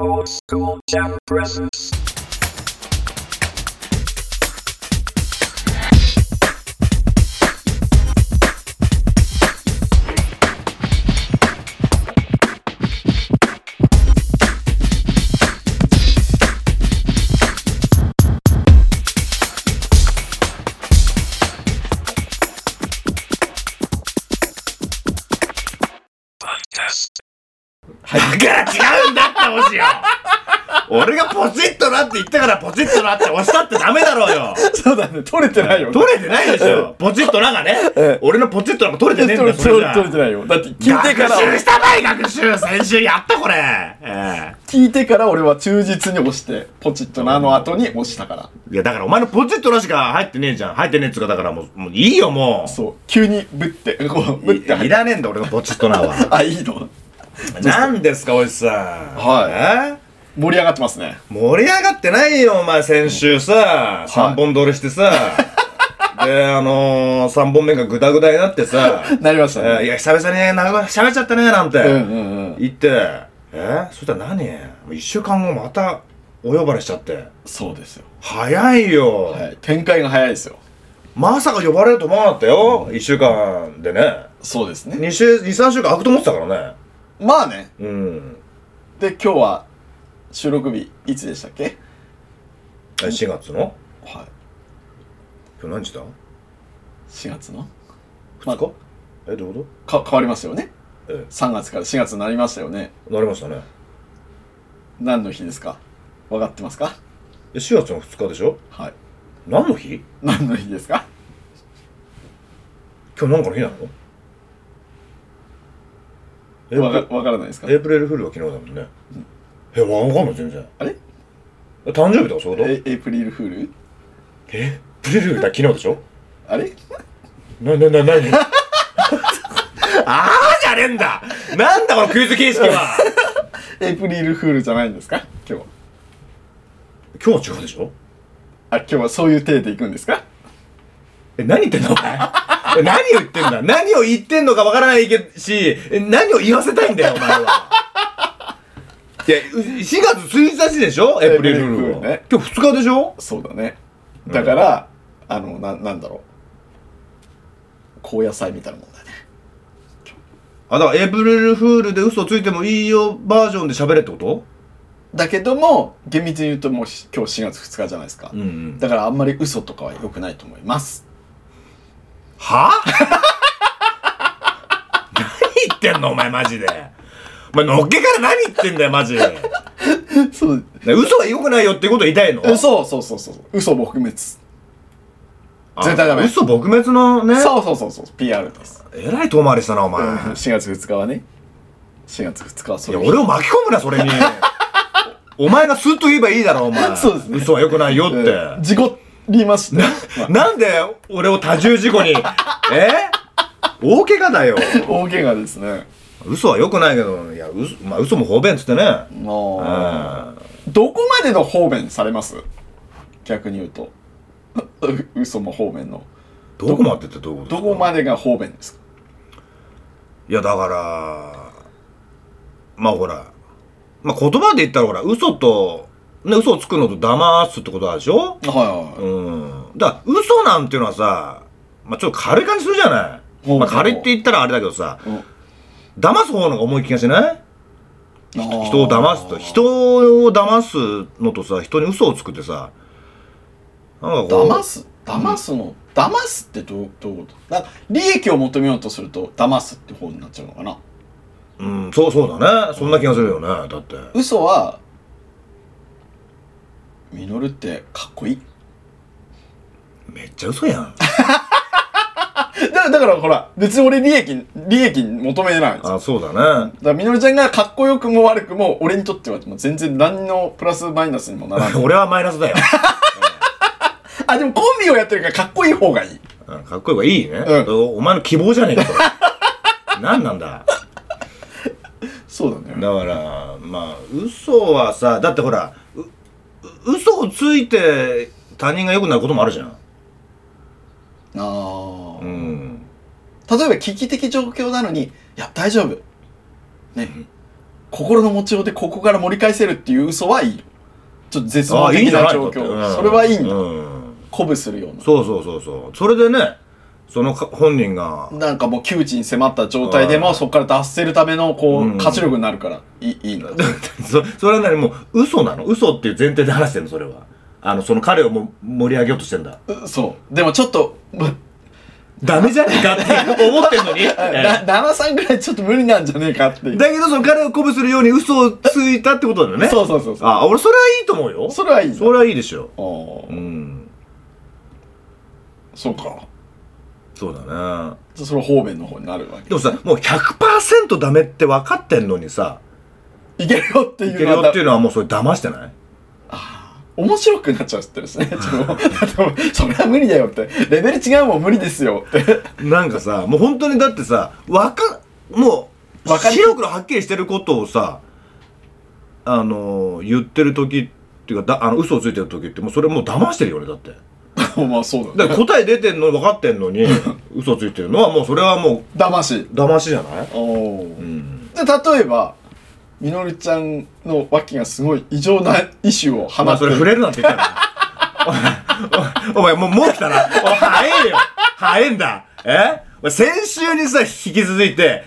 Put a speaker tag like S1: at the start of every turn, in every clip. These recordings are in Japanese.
S1: Old school jam presents.
S2: だから違うんだって押しよ俺がポチッとなって言ったからポチッとなって押したってダメだろうよ
S3: そうだね、取れてないよ。
S2: 取れてないでしょポチッとながね
S3: ええ
S2: 俺のポチッとなんか取れてねえんだ
S3: 取
S2: よ
S3: れ
S2: それじゃ
S3: 取れてないよ。だって聞いてから、
S2: 学習したまい学習先週やったこれえ
S3: 聞いてから俺は忠実に押して、ポチッとなの後に押したから。
S2: えいやだからお前のポチッとなしか入ってねえじゃん入ってねえっつうかだからもうもういいよもう
S3: そう、急にぶって、こう、ぶって
S2: い
S3: 入
S2: い
S3: った。
S2: らねえんだ俺のポチッとな は
S3: あ、いいの
S2: 何ですかおじさん
S3: はい
S2: ええ
S3: 盛り上がってますね。
S2: 盛り上がってないよ、お前、先週さ、3本撮りして さ、で、あのー、3本目がグダグダになってさ、
S3: なりました
S2: えーい
S3: ね。
S2: や、久々にね、長く喋っちゃったね、なんて、
S3: うんうんうん。
S2: 言って、えそしたら何もう ?1 週間後また、お呼ばれしちゃって。
S3: そうですよ。
S2: 早いよ、
S3: はい。展開が早いですよ。
S2: まさか呼ばれると思わなかったよ、1週間でね。
S3: そうですね。
S2: 2週、2、3週間空くと思ってたからね。
S3: まあね。
S2: うん。
S3: で、今日は、収録日、いつでしたっけ
S2: え4月の
S3: は
S2: 今
S3: い。
S2: 日何日だ
S3: 4月の
S2: ?2 日、え、どういうこ
S3: か、変わりますよね。
S2: とえ
S3: 3月から4月になりましたよね。
S2: え、なりましたね。
S3: 何の日ですか分かってますか
S2: え4月の2日でしょ
S3: はい。
S2: 何の日
S3: 何の日ですか
S2: 今日何かの日なのえ
S3: わかわからないですか
S2: エイプリルフールは昨日だもんね。え、わかんない、全然。
S3: あれ
S2: え誕生日とかそういうこと
S3: エエイプリルフール
S2: エイプリルフールだ、昨日でしょ
S3: あれ
S2: な、な、な、なに あーじゃねえんだなんだこのクイズ形式は
S3: エイプリルフールじゃないんですか今日。
S2: 今日は違うでしょ
S3: あ、今日はそういう体で行くんですか
S2: え、何言ってんだお前え何を言ってんだ何を言ってんのかわからないけし、え何を言わせたいんだよ、お前は。いや、う4月1日でしょエイプリルフールは。
S3: エイプリルフールね
S2: 今日2日でしょ
S3: そうだね。だから、あの、な、なんだろう。高野菜みたいなもんだね。
S2: あ、だからエイプリルフールで嘘ついてもいいよバージョンで喋れってこと
S3: だけども、厳密に言うともうし今日4月2日じゃないですか。
S2: ん。
S3: だからあんまり嘘とかは良くないと思います。
S2: は 何言ってんのお前マジで。お前のっけから何言ってんだよマジで。
S3: そう。
S2: 嘘は良くないよってこと言いたいの
S3: 嘘そうそうそう。嘘撲滅。
S2: あ
S3: 絶対ダメ
S2: 嘘撲滅のね。
S3: そうそうそうそう。PR です。
S2: えらい遠回りしたなお前。
S3: 4月2日はね。4月2日はそ
S2: い
S3: れ
S2: や、俺を巻き込むな、それに。お前がスッと言えばいいだろ、お前。
S3: そうですね
S2: 嘘は良くないよっ
S3: うん
S2: て。
S3: 事故りました。まあ
S2: なんで俺を多重事故に。え大怪我だよ。
S3: 大怪我ですね。
S2: 嘘は良くないけど、いや、嘘、まあ嘘も方便っつってね。
S3: も
S2: うん
S3: う、どこまでの方便されます逆に言うと。 う嘘も方便の。
S2: どこまでってどういうこと
S3: どこまでが方便ですか
S2: いや、だから、まあほら、まあ言葉で言ったらほら、嘘と、ね、嘘をつくのと騙すってことあるでしょ
S3: はいは
S2: うん。だから、嘘なんていうのはさ、まあちょっと軽い感じするじゃない。
S3: ほう
S2: まあ軽いって言ったらあれだけどさ、
S3: い。うん
S2: 騙す方の方が重い気がしない人を騙すと。
S3: あー
S2: 人を騙すのとさ、人に嘘をつくってさ、なんかこう。
S3: 騙す騙すの、騙すってどうどういうことなんか利益を求めようとすると、騙すって方になっちゃうのかな
S2: うん、そうそうだね。そんな気がするよね。だって。
S3: 嘘は、ミノルってかっこい い。
S2: めっちゃ嘘やん。
S3: だだからほら、別に俺利益、利益求めてないんですよ。
S2: あ、そうだね。
S3: だからみのりちゃんがかっこよくも悪くも、俺にとってはもう全然何のプラスマイナスにもならない。
S2: 俺はマイナスだよ。
S3: あ、でもコンビをやってるからかっこいい方がいい。
S2: うんかっこいいわいいね、
S3: うん
S2: おお前の希望じゃねえかそれ 何なんだ
S3: そうだね。
S2: だからまあ嘘はさだってほらうう嘘をついて他人が良くなることもあるじゃん
S3: あー
S2: うん
S3: 例えば危機的状況なのに、いや、大丈夫。ね。心の持ちようでここから盛り返せるっていう嘘はいいよちょっと絶望
S2: あいいん
S3: 的
S2: じゃ
S3: な
S2: ない
S3: 状況
S2: だって
S3: それはいいんだ、
S2: うん
S3: 鼓舞するよう
S2: そうそうそうそうそれでねそのか本人が
S3: ななんかもう窮地に迫った状態でもそこから脱せるためのこう、
S2: うん
S3: 活力になるからいいいいんだ
S2: そそれは何もう嘘なの嘘っていう前提で話してんのそれはあのその彼をも盛り上げようとしてんだ
S3: うそうでもちょっとむ
S2: ダメじゃねえかって思ってんのに
S3: な旦那さんぐらいちょっと無理なんじゃねえかっていう
S2: だけどその彼を鼓舞するように嘘をついたってことだよね
S3: そうそうそうそう
S2: あ俺それはいいと思うよ
S3: それはいいんだ
S2: それはいいでしょ
S3: あー
S2: うん
S3: そうか
S2: そうだね
S3: じゃあそれ方面の方になるわけ
S2: でもさもう100%ダメって分かってんのにさ
S3: いけるよって
S2: い
S3: い
S2: ける
S3: うの
S2: よ
S3: は
S2: っていうのはもうそれ騙してない
S3: 面白くなっちゃってるで すね。ちょっと それは無理だよって。レベル違うもん無理ですよ って。
S2: なんかさもう本当にだってさわかもう
S3: わかり
S2: 白黒はっきりしてることをさあのー言ってる時っていうかだあの嘘をついてる時ってもうそれもう騙してるよねだって
S3: まあそう
S2: だ
S3: だね。
S2: から答え出てんの分かってん のに嘘ついてるのはもうそれはも
S3: 騙し
S2: う。騙しじゃない
S3: お
S2: うん
S3: で、例えば、みのりちゃんの脇がすごい異常なイシューを放
S2: まあ
S3: って
S2: そ
S3: る
S2: れ触れるなって言ったら お前お前もうもう来たなお前早えよ早えんだえお前先週にさ引き続いて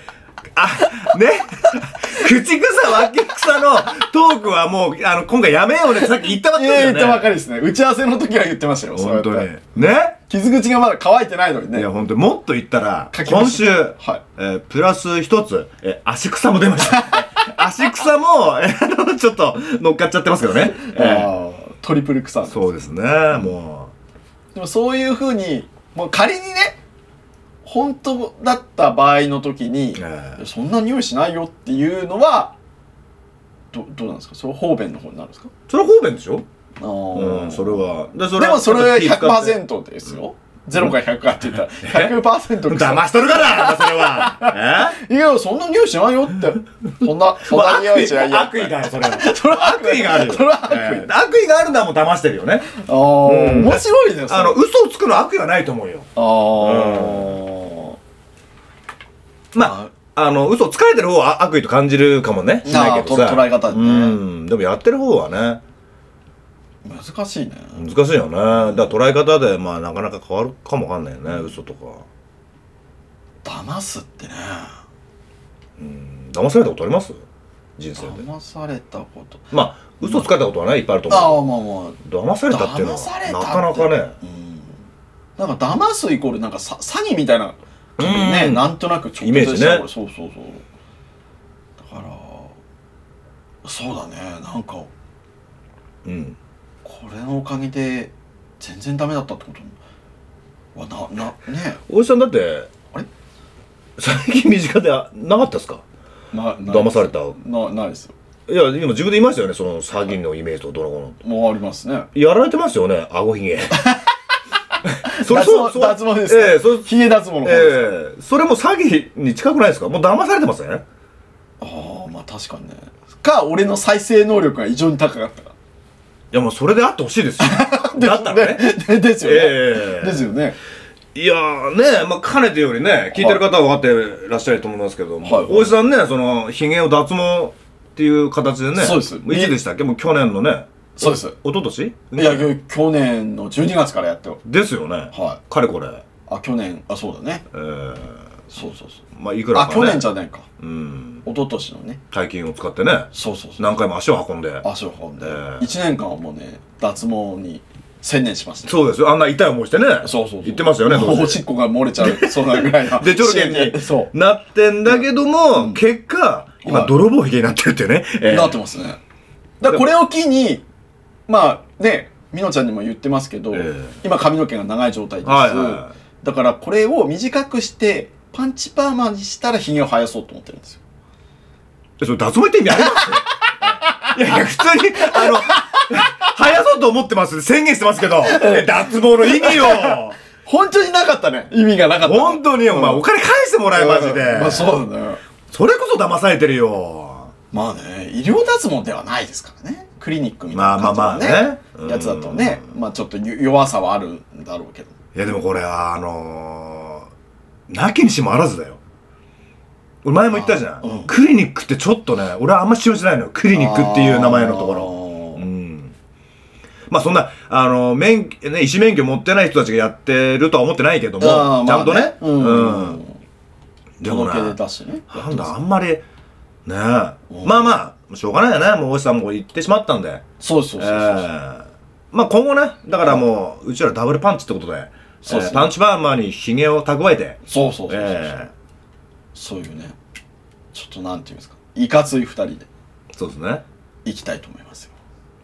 S2: あね 口草脇草のトークはもうあの今回やめようねってさっき言ったばっか
S3: い
S2: り
S3: や
S2: だよ
S3: 言っ
S2: ね
S3: たばかりですね。打ち合わせの時は言ってましたよ。そうや
S2: 本
S3: って
S2: 当にね
S3: 傷口がまだ乾いてないのに
S2: い
S3: ね
S2: や。本当にもっと言ったら
S3: 書きま
S2: 今
S3: し
S2: 週、
S3: たはい
S2: えープラス一つ、えー足草も出ました 足草も、えーあのちょっと乗っかっちゃってますけどね、えー
S3: あートリプル草。
S2: そうですねも
S3: でもそういうふうに、もう仮にね、本当だった場合の時に、
S2: う、えー
S3: そんな匂いしないよっていうのはどどうなんですかそれ方便の方になるんですか
S2: それ方便でしょ
S3: あ
S2: うん、それは。で、そ
S3: でもそれは
S2: ちょっと気遣って
S3: 100%ですよ、0から100かっ て言ったら100%ですよ
S2: 騙しとるから、それ は。
S3: いやそんな匂いしないよってそん なそんな匂いしないよ
S2: 悪意がある、それは。
S3: それは悪
S2: 悪意があるよ。
S3: それは悪意、
S2: ええ悪意があるんだもん、騙してるよね。
S3: あー
S2: うん
S3: 面白いねそれ
S2: あの、嘘をつくのは悪意はないと思うよ。
S3: あ
S2: まあ、あの、嘘をつかれてる方は悪意と感じるかもね。しないけど
S3: あ
S2: さ。
S3: ーと捉え方ね
S2: うん。でもやってる方はね、
S3: ー、難しいね
S2: 難しいよね。だから捉え方で、まあ、なかなか変わるかもわかんないよね、嘘とか。
S3: 騙すってね
S2: うん騙されたことあります人生で。
S3: 騙されたこと
S2: まあ、嘘つかれたことはね、いっぱいあると思うけど
S3: あ。あまあまあ
S2: 騙されたっていうの
S3: 騙され
S2: は
S3: た
S2: な
S3: って
S2: かなかね
S3: うんなんか騙すイコールなんかさ詐欺みたいなね、
S2: うん
S3: なんとなくちょ
S2: イメージね
S3: そうそうそうだからそうだねなんか
S2: うん
S3: これのおかげで全然ダメだったってことはななね
S2: おじさんだって
S3: あれ
S2: 最近身近であなかったですか
S3: なな
S2: 騙された
S3: なないですよ
S2: いや今自分で言いましたよねその詐欺のイメージとどの子の
S3: もうありますね
S2: やられてますよね顎ひげそ
S3: 脱毛
S2: そ
S3: 脱毛ですか
S2: ええそ
S3: ひげ脱毛の方
S2: え
S3: です、
S2: えそれも詐欺に近くないですかもう騙されてません、
S3: ああまあ確かにねか俺の再生能力が異常に高かったか
S2: いやもうそれであってほしい ですよだったらね
S3: でですよね、
S2: ええ
S3: ですよね
S2: いやーねまあかねてよりね聞いてる方は分かってらっしゃると思いますけども、
S3: はいはい
S2: 大石さんねそのひげを脱毛っていう形でね
S3: そうです
S2: もいつでしたっけもう去年のね
S3: そうです
S2: 一昨年
S3: いや去年の12月からやってよ
S2: ですよね
S3: は
S2: かれこれ
S3: いあ去年あそうだね
S2: えー、
S3: そうそうそう
S2: まあいくらか、
S3: あ
S2: ね、
S3: 去年じゃないか
S2: うん
S3: 一昨年のね
S2: 大金を使ってね
S3: そうそうそう
S2: 何回も足を運んで
S3: 足を運んで、
S2: ええ
S3: 一1年間はもうね脱毛に専念しました
S2: そうですよあんな痛い思いしてね
S3: そうそうそう
S2: 言ってましたよね
S3: もう
S2: 当
S3: お
S2: 時
S3: しっこが漏れちゃうそんなぐらいの
S2: でちょろけに
S3: そう
S2: なってんだけども、
S3: うん
S2: 結果今、
S3: はい
S2: 泥棒ひげになってるっていうね、えー
S3: なってますねだからこれを機にまあねみのちゃんにも言ってますけど、
S2: ええ
S3: 今髪の毛が長い状態です、
S2: はいは
S3: だからこれを短くしてパンチパーマにしたらひげを生やそうと思ってるんですよ
S2: いでそれ脱毛って意味あります いやいや普通にあの 生やそうと思ってます宣言してますけどえ脱毛の意味を
S3: 本当になかったね意味がなかった
S2: 本当にお前お金返してもらえマジで
S3: まあそうだね
S2: それこそ騙されてるよ。
S3: まあね医療脱毛ではないですからねクリニックみたいな感じのね,、
S2: まあまあまあね
S3: やつだとねまあちょっとゆ弱さはあるんだろうけど
S2: いやでもこれは、あのー、なきにしもあらずだよ。俺前も言ったじゃん、
S3: あうん
S2: クリニックってちょっとね俺はあんま使用してないのよクリニックっていう名前のところう
S3: ろ
S2: んまあそんなあの免許ね医師免許持ってない人たちがやってるとは思ってないけども、ちゃんとね、
S3: うん、
S2: うんで
S3: で
S2: も
S3: も
S2: ね
S3: ね出してね
S2: なんだあんまりねえま
S3: うん
S2: あまあしょうがないよねもう大石さんも言ってしまったんで
S3: そうそうそう
S2: え
S3: そう、
S2: ーまあ今後ねだからもううちらダブルパンチってことで
S3: そうです
S2: え
S3: ね
S2: ーパンチパーマにひげを蓄えて
S3: そうそうそうそう、
S2: え
S3: そういうねちょっとなんていうんですかいかつい二人で
S2: ーそうですね
S3: 行きたいと思いますよ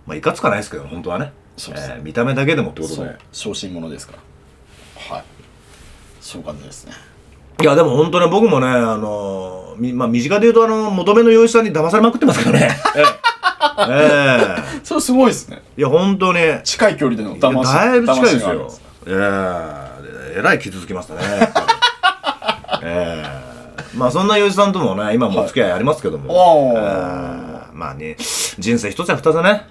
S2: まあいかつかないですけど本当はね
S3: そうですね
S2: えー見た目だけでもってこと
S3: そ
S2: で
S3: う小心者ですからはいそういう感じですね
S2: いやでも本当ね僕もねあのーみまあ身近で言うとあの元目の洋一さんに騙されまくってます からねえ ーえー
S3: それすごいですね
S2: いや本当に
S3: 近い距離での
S2: いや
S3: 騙し
S2: だいぶ近いです
S3: 騙しがあるん
S2: よ。えええらい傷つきま したね。やっぱりええまあそんな吉さんともね、今もお付き合いありますけども。
S3: はいお
S2: ええまあね、人生一つや二つね、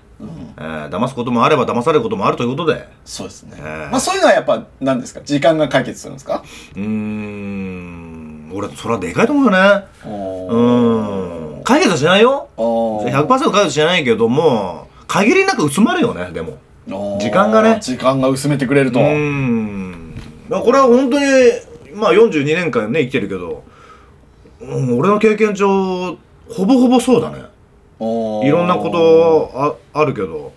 S2: ええ騙すこともあれば騙されることもあるということで、
S3: そうですね、
S2: えー
S3: まあそういうのはやっぱ何ですか時間が解決するんですか
S2: うーん、俺、それはでかいと思うよね。
S3: お
S2: うーん。解決はしないよ。
S3: お
S2: 100%解決しないけども、限りなく薄まるよね、でも。時間がね
S3: 時間が薄めてくれると
S2: うーんまあこれは本当にまあ42年間ね生きてるけど、うん、俺の経験上ほぼほぼそうだね
S3: おー
S2: いろんなことああるけど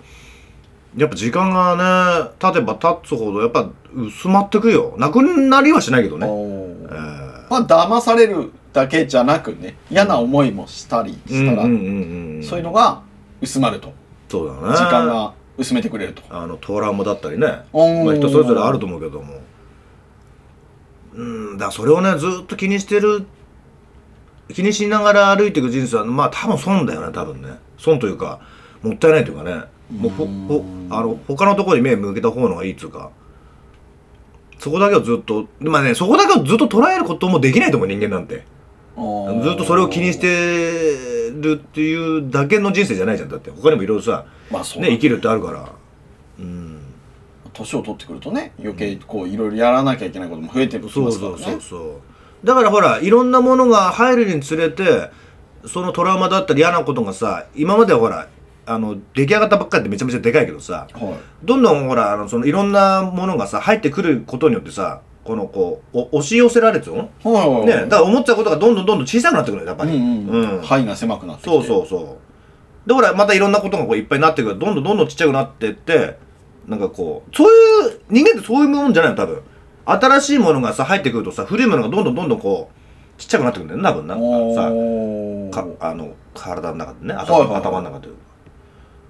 S2: やっぱ時間がね経てば経つほどやっぱ薄まってくよなくなりはしないけどね、
S3: おー
S2: えー
S3: まあ騙されるだけじゃなくね嫌な思いもしたりしたら、
S2: うんうんうんうん
S3: そういうのが薄まると
S2: そうだね
S3: 時間が薄めてくれると
S2: あのトラウマだったりね、
S3: おー
S2: まあ、人それぞれあると思うけどもうんだからそれをねずーっと気にしてる気にしながら歩いていく人生はまあ多分損だよね多分ね損というかもったいないというかねもうほほあの他のところに目向けた方のがいいっていうかそこだけをずっとまあねそこだけをずっと捉えることもできないと思う人間なんて
S3: おー
S2: ずっとそれを気にしてるっていうだけの人生じゃないじゃんだって他にもいろいろさ
S3: まあそう
S2: ね
S3: だ
S2: 生きるってあるからうん
S3: 年を取ってくるとね余計こういろいろやらなきゃいけないことも増えてきますか
S2: そ
S3: ら
S2: う
S3: ね
S2: そうそうそうだからほらいろんなものが入るにつれてそのトラウマだったり嫌なことがさ今まではほらあの出来上がったばっかりってめちゃめちゃでかいけどさ
S3: はい
S2: どんどんほらあのそのいろんなものがさ入ってくることによってさこのこうお押し寄せられてるの
S3: はいはいはい
S2: ねだから思ってたことがどんどんどんどん小さくなってくるのよやっぱ
S3: う
S2: り、
S3: んうん、
S2: うん
S3: 範囲が狭くなってきて
S2: そうそうそうでほらまたいろんなことがこういっぱいになってくるどんどんどんどんちっちゃくなってってなんかこうそういう人間ってそういうもんじゃないの多分新しいものがさ入ってくるとさ古いものがどんどんどんどんこうちっちゃくなってくるんだよね多分ななんか
S3: おー
S2: さかあの体の中でね
S3: はいはい
S2: 頭頭の中というか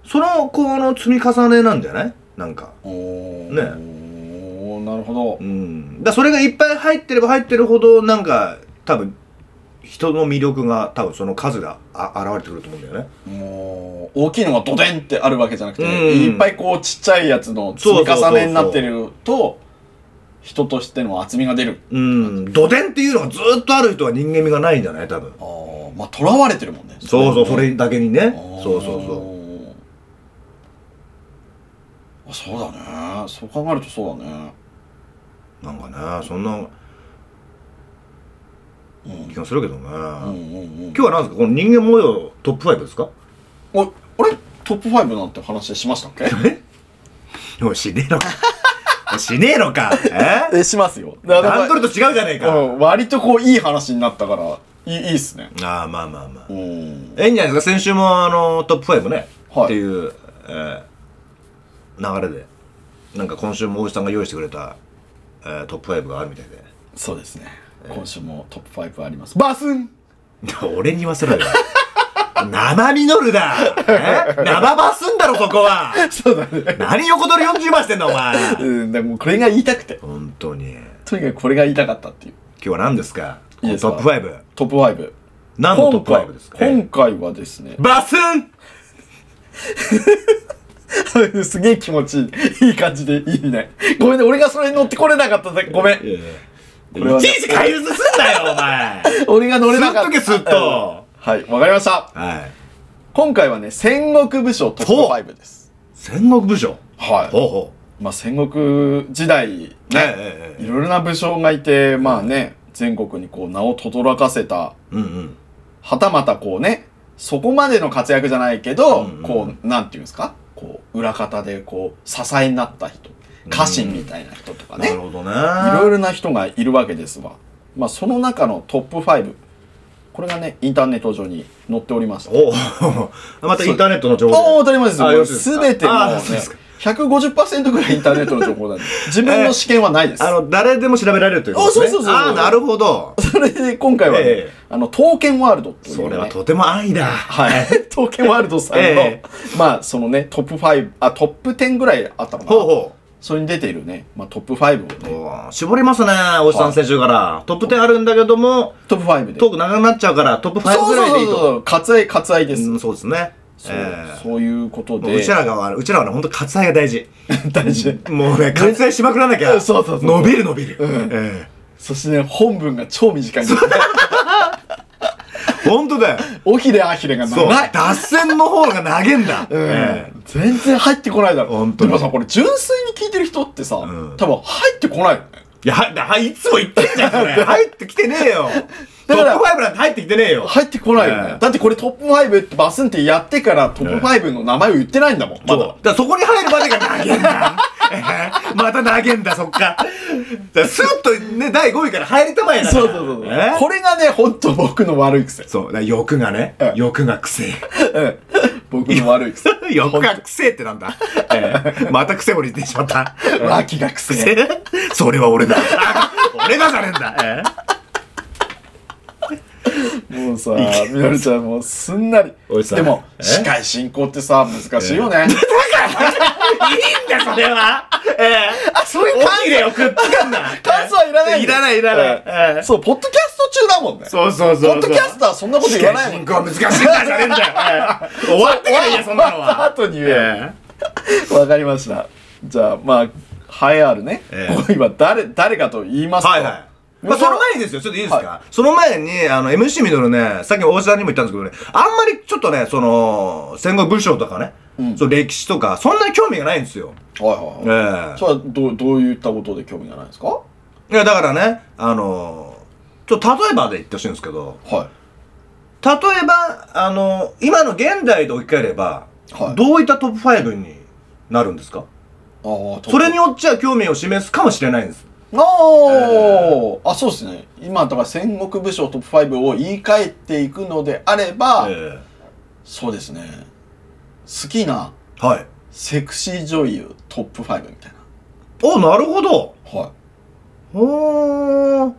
S2: そのこの積み重ねなんじゃないなんか
S3: おー
S2: ね
S3: おーなるほど
S2: うんだからそれがいっぱい入ってれば入ってるほどなんか多分人の魅力が多分その数があ現れてくると思うんだよね
S3: もう大きいのがドデンってあるわけじゃなくて、
S2: うん
S3: いっぱいこうちっちゃいやつの積み重ねになってると人としての厚みが出る
S2: うん、土んっていうのがずっとある人は人間味がないんじゃない多分
S3: あーまあとらわれてるもんね
S2: そうそうそ
S3: れ
S2: れだけにね
S3: あー
S2: そうそうそ
S3: あそうだねそう考えるとそうだね
S2: うなんかねそんな
S3: うん
S2: 気がするけどね、
S3: うん
S2: 今
S3: うんうん
S2: 日は何ですかこの人間模様トップ5ですか
S3: おあれトップ5なんて話しましたっけ
S2: おいしねえのかおいしねえのか え
S3: えしますよ
S2: 段取りと違うじゃねえか、
S3: うん割とこういい話になったからいいいいっすね
S2: ああまあまあまあ
S3: うん
S2: ええんじゃないですか先週もあのトップ5ね、
S3: はい
S2: っていう、えー流れでなんか今週も大石さんが用意してくれた、えートップ5があるみたいで
S3: そうですね今週もトップ5ありますバスン
S2: 俺に言わせろよ生実るだえ生バスんだろそこ は
S3: そうだね
S2: 何横取り40番してんだお前
S3: うんでもこれが言いたくて
S2: 本当に今
S3: とにかくこれが言いたかったっていう
S2: 日は何ですか
S3: いいですか
S2: トップ 5?
S3: トップ5
S2: 何のトップ5ですかえ
S3: 今回はですね
S2: バスン
S3: すげえ気持ちいいいい感じでいいねごめんね俺がそれに乗ってこれなかっただけごめんこれはいね
S2: ちいち回遊すんなよお前
S3: 俺が乗れなかった
S2: すっとけすっと
S3: はいわかりました
S2: はい
S3: 今回はね戦国武将トップ5です
S2: 戦国武将
S3: はい
S2: ほうほ
S3: まあ戦国時代
S2: う
S3: ね、
S2: ええええ
S3: いろいろな武将がいて、まあね、全国にこう名を轟かせた
S2: うんうん。
S3: はたまたこうねそこまでの活躍じゃないけど、
S2: うんうん
S3: こうなんていうんですかこう裏方でこう支えになった人家臣みたいな人とかね、
S2: なるほどない
S3: ろいろな人がいるわけですわ。まあ、その中のトップ5。これがね、インターネット上に載っておりました。
S2: お またインターネットの情
S3: おお、
S2: 報
S3: 当たり前です
S2: あよろ
S3: よ。
S2: しいです
S3: す
S2: か
S3: べてもう
S2: あ
S3: ね
S2: そうですか、
S3: 150%ぐらいインターネットの情報なんで、自分の試験はないです。
S2: あの誰でも調べられるということですね
S3: おそうそうそう
S2: ああなるほど
S3: それで今回はね、
S2: ええ
S3: あの、刀剣ワールドっていう、ね。
S2: それはとても安易だ
S3: はい。 刀剣ワールドさんの、
S2: ええ
S3: まあ、そのね、トップ5、あ、トップ10ぐらいあったのか
S2: ほ
S3: な。
S2: うほ
S3: それに出ているね、まあ、トップ5を
S2: う
S3: ね、
S2: おー絞りますねおじさん選手からトップ10あるんだけども
S3: トップ5で。
S2: トーク長くなっちゃうからトップ
S3: そう
S2: 5ぐらいでいい
S3: そうそう
S2: と
S3: そう、割愛、割愛です。
S2: うんそうですね
S3: そう
S2: ええ
S3: そういうこと
S2: も
S3: で。
S2: ううちらが悪いうちらはね本当割愛が大事
S3: 大事。
S2: もうね割愛しまくらなきゃ
S3: そうそうそう
S2: 伸びる伸びる
S3: うん
S2: え
S3: そしてね、本文が超短いんだよね。
S2: え本当だよ
S3: おひれあひれが
S2: そう
S3: 長い。
S2: 脱線の方が長げん だ
S3: うん
S2: ええ
S3: 全然入ってこないだろ。
S2: 本当に
S3: でもさ、これ純粋に聞いてる人ってさ、
S2: ん
S3: 多分入ってこないよね。
S2: いや、はいだはい、いつも言ってんじゃん、それ。 入ってきてねえよ。 ト
S3: だから
S2: ップ5なんて入ってきてねえよ。
S3: 入ってこないよね。
S2: ええ
S3: だってこれトップ5ってバスンってやってからトップ5の名前を言ってないんだもん。
S2: そ
S3: ま
S2: う。だ
S3: だ
S2: か。らそこに入るまでが投げんだ。 えーまた投げんだ、そっか。だからスッとね、第5位から入れたまえな。
S3: そうそうそうそう。
S2: えー
S3: これがね、ほんと僕の悪い癖。
S2: そう。だから欲がね
S3: ええ、
S2: 欲がくせ
S3: うん僕の悪い癖。
S2: え。欲がくせえってなんだ。えーまた癖掘り言ってしまった。
S3: 脇が癖。
S2: 癖それは俺だ。あ 俺がじゃ ねえんだ。えー
S3: もうさ、みのりちゃんもうすんなり。
S2: おいさ
S3: でも、
S2: え
S3: 司会進行ってさ、難しいよね。
S2: いいんだ、それは。えー
S3: あ、そう
S2: おひれをくっつかんな。
S3: 感想はいらない。
S2: いらないいらないええ
S3: そう、ポッドキャスト中だもんね。
S2: そうそうそうそう。
S3: ポッドキャスターはそんなこと言わないもん。
S2: 進行は難しいんだじゃねえんだよ。終わってからいいや、そんなのは。
S3: 終わった後に言え
S2: え
S3: わかりました。じゃあ、まあ、栄えあるね。
S2: ええ
S3: これ今、誰、誰かと言いま
S2: え
S3: すと。
S2: はいはい。まあ、その前にですよ、ちょっといいですか、
S3: は
S2: その前に、あの、MC ミドルね、さっき大志田にも言ったんですけどね、あんまりちょっとね、その、戦後武将とかね、
S3: うん
S2: そう歴史とか、そんなに興味がないんですよ。
S3: はいはい
S2: ええ
S3: はい。それはどう、どういったことで興味がないんですかはい
S2: や、だからね、あの、ちょっと例えばで言ってほしいんですけど、
S3: い。は
S2: 例えば、あの、今の現代で置き換えれば、
S3: い。
S2: どういったトップ5になるんですか
S3: ああ、
S2: それに
S3: あ
S2: よっちゃ興味を示すかもしれないんです。
S3: あ、あ、そうですね。今、だから戦国武将トップ5を言い換えていくのであれば、
S2: え
S3: そうですね。好きな
S2: えはい。
S3: セクシー女優トップ5みたいな。
S2: おなるほど
S3: はい。
S2: ほー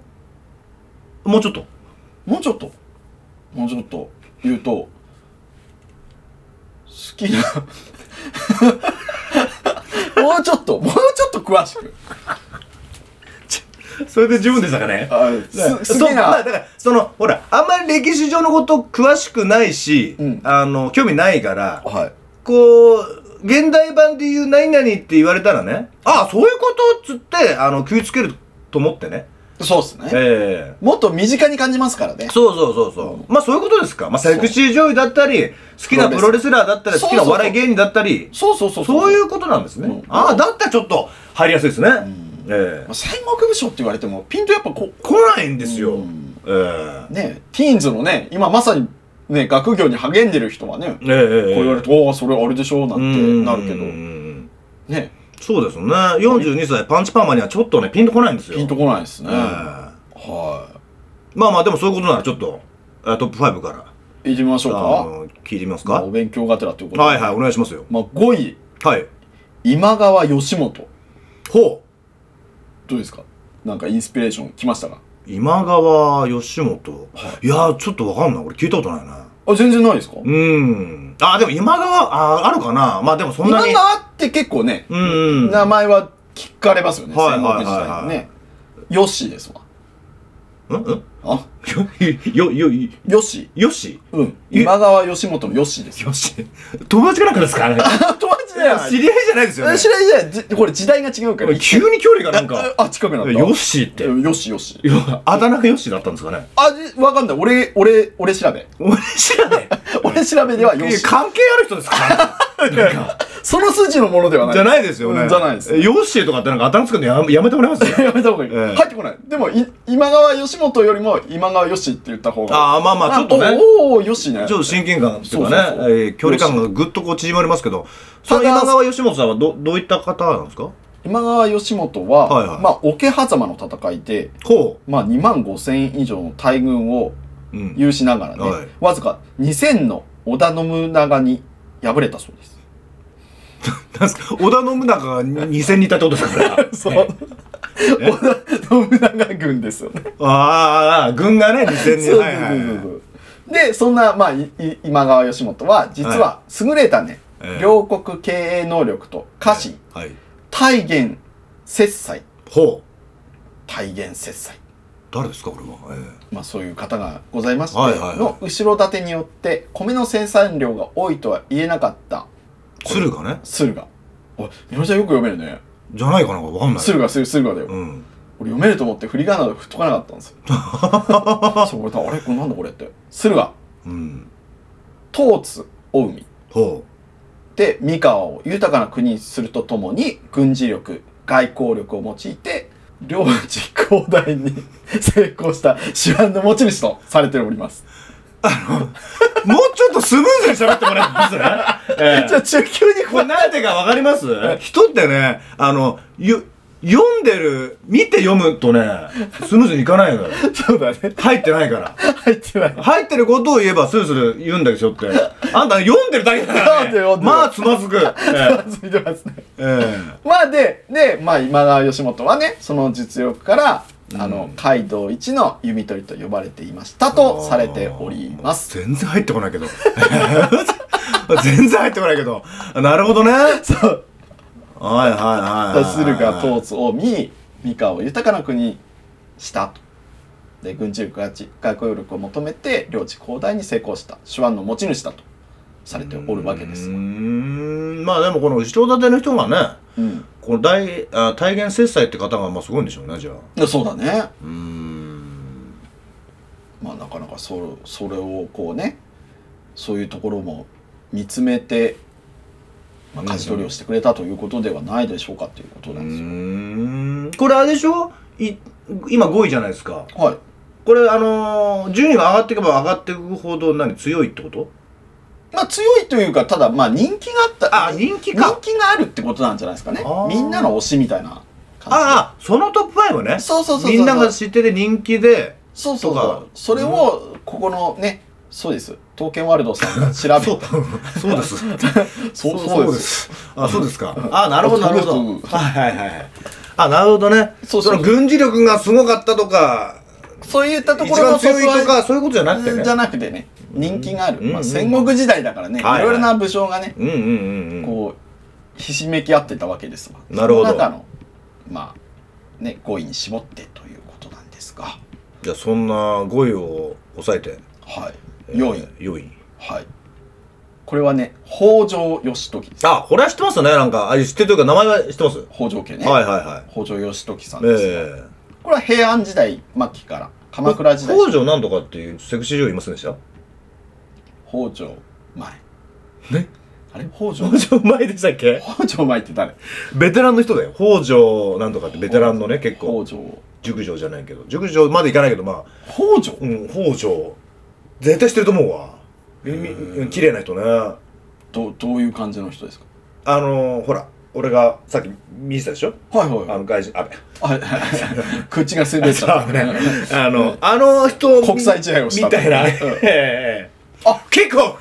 S2: もうちょっと
S3: もうちょっともうちょっと言うと好きな もうちょっともうちょっと詳しく
S2: それで十分でしたかね
S3: あす
S2: そう
S3: 好き
S2: まあ
S3: な
S2: だからそのほらあんまり歴史上のこと詳しくないし、
S3: うん
S2: あの興味ないから
S3: はい
S2: こう現代版で言う何々って言われたらねああそういうことっつってあの食いつけると思ってね
S3: そうですね
S2: ええ
S3: もっと身近に感じますからね
S2: そうそうそうそうまあそういうことですか、まあ、セクシー女優だったり好きなプロレスラーだったり
S3: そ
S2: 好
S3: う
S2: き
S3: そうそ
S2: な
S3: う
S2: お笑い芸人だったり
S3: そうそうそう
S2: そう
S3: う
S2: いうことなんですね。
S3: うん
S2: ああ、だったらちょっと入りやすいですね。
S3: ん
S2: ええ
S3: まあ戦国武将って言われてもピンとやっぱこう
S2: 来ないんですよ。
S3: うん
S2: ええ
S3: ねティーンズのね今まさにね学業に励んでる人はねこ
S2: えええ
S3: う
S2: え
S3: 言われて「おおそれあれでしょ」なんてなるけど
S2: うん
S3: ね
S2: そうですよね。42歳パンチパーマにはちょっとね、ピンとこないんですよ。
S3: ピンとこないですね
S2: ええ
S3: は
S2: まあまあ、でもそういうことならちょっと、えートップ5から、
S3: い行ってみましょう
S2: あ
S3: か
S2: の聞いてみます
S3: まあ
S2: か
S3: お。勉強がてらということで。
S2: はいはい、お願いしますよ。
S3: まあ、5位、
S2: はい。
S3: 今川義元。
S2: ほう。
S3: どうですかなんかインスピレーション来ましたか
S2: 今川義元。いやー、ちょっとわかんない。これ聞いたことないな。
S3: あ、全然ないですか
S2: うん。あー、でも今川、あー、あるかな。まあでもそん
S3: 今
S2: なに。
S3: 川って結構ね、
S2: うんうん
S3: 名前は聞かれますよね。
S2: はい
S3: 戦国時代の
S2: はいはいは
S3: ね。ヨッシーですわ。
S2: うんうん
S3: あ
S2: よ、よ、よ、
S3: ヨッシ
S2: よし
S3: ー。うん。
S2: え
S3: 今川義元のヨッシーですよ。
S2: よし友達かなんかです かあれ
S3: あ、友達だよ。
S2: 知り合いじゃないですよね
S3: 知らないじゃない。これ時代が違うから。
S2: 急に距離がなんか
S3: あ、近くなった。
S2: よしっ
S3: え
S2: て
S3: ヨッシー、ヨッシー。
S2: いやあだ名がよしだったんですかね
S3: あ、じわかんない。俺、俺、俺調べ。
S2: 俺知らね
S3: 俺調べではヨッ
S2: え
S3: シー。
S2: 関係ある人ですかなんか
S3: その数値のものではない。
S2: じゃないですよ
S3: う
S2: ね。
S3: んじゃないです
S2: えヨッシーとかってなんか頭つくのややめてもらえます
S3: やめた方がいい。
S2: ええ
S3: 入ってこない。でも、い今川義元よりも今川義って言った方が。あ、
S2: ああ、まあまあ、ちょっとね。
S3: おお、義ね。
S2: ちょっと親近感っていうかね、
S3: そうそうそう
S2: えー距離感がぐっとこう縮まりますけど、その
S3: ただ
S2: 今川義元さんはどどういった方なんですか
S3: 今川義元は、
S2: はいはい
S3: まあ、桶狭間の戦いで、
S2: ほ
S3: まあ、2万5千以上の大軍を
S2: う。うん。
S3: 有しながらね、
S2: はい
S3: わずか2000の織田信長に敗れたそうです。
S2: なんすか織田信長が2000人いたってことですから。
S3: そう。 織田信長軍ですよね。
S2: ああ、軍がね、2000
S3: そう
S2: 人。
S3: そう
S2: はいはいはい
S3: そうそう。で、そんな、まあ、いい今川義元は、実は優れたね、
S2: ええ
S3: 両国経営能力と家臣、
S2: はい。
S3: 体現、切磋、
S2: ほう。
S3: 体現切磋。
S2: 誰ですか、これは。え
S3: まあそういう方がございまして、
S2: はいはいはい
S3: の後ろ盾によって米の生産量が多いとは言えなかった
S2: え鶴がね、
S3: 駿河。おみのりちゃんよく読めるね。
S2: じゃないかなわかんない。
S3: 駿河、駿駿河だよ。
S2: うん。
S3: 俺読めると思って振り仮名で振っとかなかったん ですよ。そう俺あれこれなんだこれって。駿河、
S2: うん。
S3: 東津、大海。
S2: ほ
S3: で三河を豊かな国にするとともに軍事力外交力を用いて領地広大に 成功した手腕の持ち主とされております。
S2: う。もうちょっとスムーズに喋ってもらえます ええ
S3: じゃあ中級に
S2: これなんでかわかります人ってね、あの、ゆ、読んでる、見て読むとね、スムーズにいかないのよ。
S3: そうだね。
S2: 入ってないから。
S3: 入ってない。
S2: 入ってることを言えばスルスル言うんだけどって。あんた読んでるだけだから、
S3: 読んでる読
S2: ね。
S3: んでる
S2: まあつまずく。え
S3: ついてますね。
S2: ええ
S3: まあで、で、まあ今川義元はね、その実力から、あ
S2: う
S3: の
S2: ん、
S3: 街道一の弓取りと呼ばれていました
S2: え
S3: とされております。
S2: 全然入ってこないけど。 全然入ってこないけど。なるほどね。はい
S3: そう。
S2: はいはいはい。
S3: 駿河、東津、近江、三河を豊かな国にしたと。で、軍事力、外交力を求めて、領地広大に成功した、手腕の持ち主だとされておるわけです
S2: うー。ん。まあでもこの後ろ盾の人がね、
S3: うん。
S2: この大、あ体現切磋って方がまあすごいんでしょうね、じゃあ。
S3: いやそうだね。
S2: うーん。
S3: まあなかなかそそれをこうねそういうところも見つめて、まあ、
S2: うん
S3: 舵取りをしてくれたということではないでしょうかということ
S2: う
S3: なんですよ。
S2: ーんこれあれでしょい今5位じゃないですか。
S3: はい、
S2: これあのー、順位が上がっていけば上がっていくほど何強いってこと
S3: まあ強いというかただまあ人気があった
S2: あ人気
S3: 人
S2: か
S3: 気があるってことなんじゃないですかね
S2: あー
S3: みんなの推しみたいな感
S2: ああそのトップ5ね
S3: じそうそうそうそう
S2: みんなが知ってて人気で
S3: そうそう
S2: と
S3: そ
S2: か
S3: うそれをここのねそうです刀剣ワールドさんが調べ
S2: そう
S3: た
S2: そうです
S3: そうそうです
S2: すあそうですかあなるほどなるほ
S3: そう
S2: ど
S3: です
S2: はいはいはいあなるほどね
S3: そうそう
S2: の軍事力がすごかったとか
S3: そういったと
S2: 一
S3: ころ
S2: 番
S3: の
S2: 強いと
S3: そこは
S2: かそういうことじゃなくてね
S3: じゃなくてね人気がある、
S2: うんう
S3: まあ、
S2: ん
S3: 戦国時代だからね、
S2: はいはい
S3: いろいろな武将がね
S2: うんうんうんうん
S3: こうひしめき合ってたわけですわ
S2: なるほど
S3: その中のまあね5位に絞ってということなんですが
S2: じゃあそんな5位を抑えて
S3: はい4位、
S2: 4位
S3: はいこれはね北条義時です
S2: あこれは知ってますねなんかあ知ってるというか名前は知ってます
S3: 北条家ね、
S2: はいはいはい
S3: 北条義時さんです、
S2: ええ
S3: これは平安時代末期から鎌倉時代
S2: 北条なんとかっていうセクシー女優いませんでした
S3: 北条前
S2: ね
S3: あれ北条
S2: 北条前でしたっけ
S3: 北条前って誰
S2: ベテランの人だよ北条なんとかってベテランのね結構
S3: 北条
S2: 熟女じゃないけど熟女までいかないけどまあ
S3: 北条
S2: うん北条絶対してると思うわみみ綺麗な人ね
S3: どどういう感じの人ですか
S2: あのー、ほら俺がさっき見せたでしょ
S3: はいはい
S2: あ
S3: はい
S2: の外人あべ
S3: あ 口が滑っ て
S2: あ
S3: た
S2: のねあのあの人
S3: 国際試合をした
S2: みたいな、
S3: うん
S2: ええあキックオ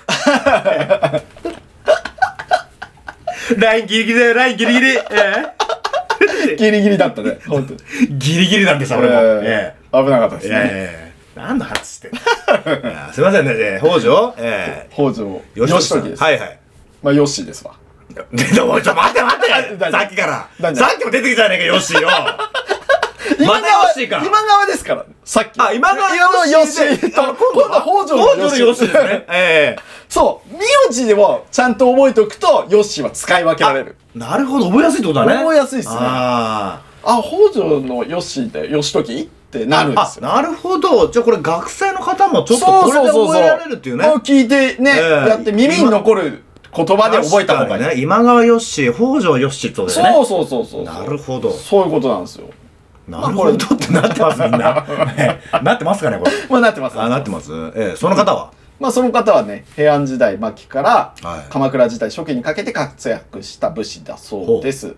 S2: フラインギリギリだよラインギリギリ、ええ
S3: ギリギリだったね本 当に
S2: ギリギリなんでさ俺も、ええ
S3: 危なかったです
S2: え
S3: ね。
S2: え何の話してんのいやすいませんね、ええ北条え
S3: 北条
S2: え吉
S3: 義
S2: 時さん
S3: 時です。
S2: はいはい
S3: まあ、ヨッシーですわ。
S2: ででもちょっと待って待って
S3: 何
S2: さっきか
S3: 何
S2: ら
S3: 何
S2: さっきも出てきたじゃねえかヨッシ ーよまたヨッシーか
S3: 今川ですから。さっき。
S2: あ今川
S3: ヨッシ
S2: で
S3: ーと、
S2: あ
S3: 今度は北条
S2: 北条のヨッシーですね。ええ
S3: そう、名字でもちゃんと覚えておくと、ヨッシーは使い分けられる。
S2: なるほど、覚えやすいってことだね。
S3: 覚えやすいっすね
S2: あ
S3: あ、北条のヨッシーで、ヨシトキってなる
S2: あ。
S3: んで
S2: あ
S3: す、よ。
S2: なるほど。じゃあこれ学生の方もちょっとこれで覚えられるっていうね。
S3: こう聞いてね、
S2: ええ
S3: やって耳に残る言葉で覚えた方がい
S2: 確
S3: い。
S2: かにね。今川よし、北条よしってことだよ
S3: そ
S2: ね。
S3: うそうそうそう。
S2: なるほど
S3: そういうことなんですよ。
S2: なるほどってなってます、みんな。 ねなってますかね、これ。
S3: まあなってます。
S2: あ、なってます。ええ、その方は
S3: まあその方はね、平安時代末期から
S2: はい
S3: 鎌倉時代初期にかけて活躍した武士だそうです。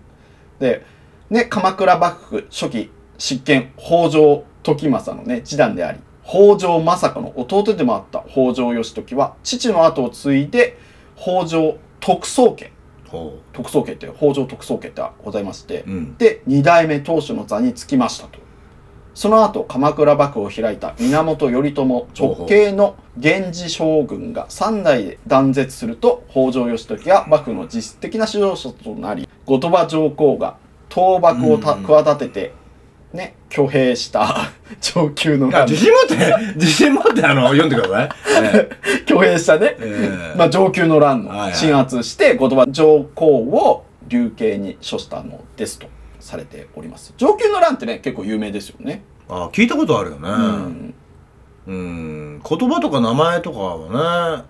S3: で、ね、鎌倉幕府初期執権北条時政のね、次男であり、北条政子の弟でもあった北条義時は、父の後を継いで北条徳宗家、
S2: ほ
S3: 徳宗家って北条徳宗家ってございまして、
S2: う。うん。
S3: で二代目当主の座につきましたとその後鎌倉幕府を開いた源頼朝直系の源氏将軍が3代で断絶すると北条義時が幕府の実質的な指導者となり後鳥羽上皇が倒幕をた
S2: うん
S3: 企てて、ね、挙兵した 上級の
S2: あ
S3: 挙
S2: 自信持って、自信持って、あの、読んでください。え
S3: 兵したね、
S2: え ええ
S3: まあ、上級の乱
S2: はいは
S3: の
S2: い
S3: 鎮圧して後鳥羽上皇を流刑に処したのですとされております上級の乱ってね結構有名ですよね
S2: あ、聞いたことあるよね。
S3: うん
S2: うん。言葉とか名前とかはね、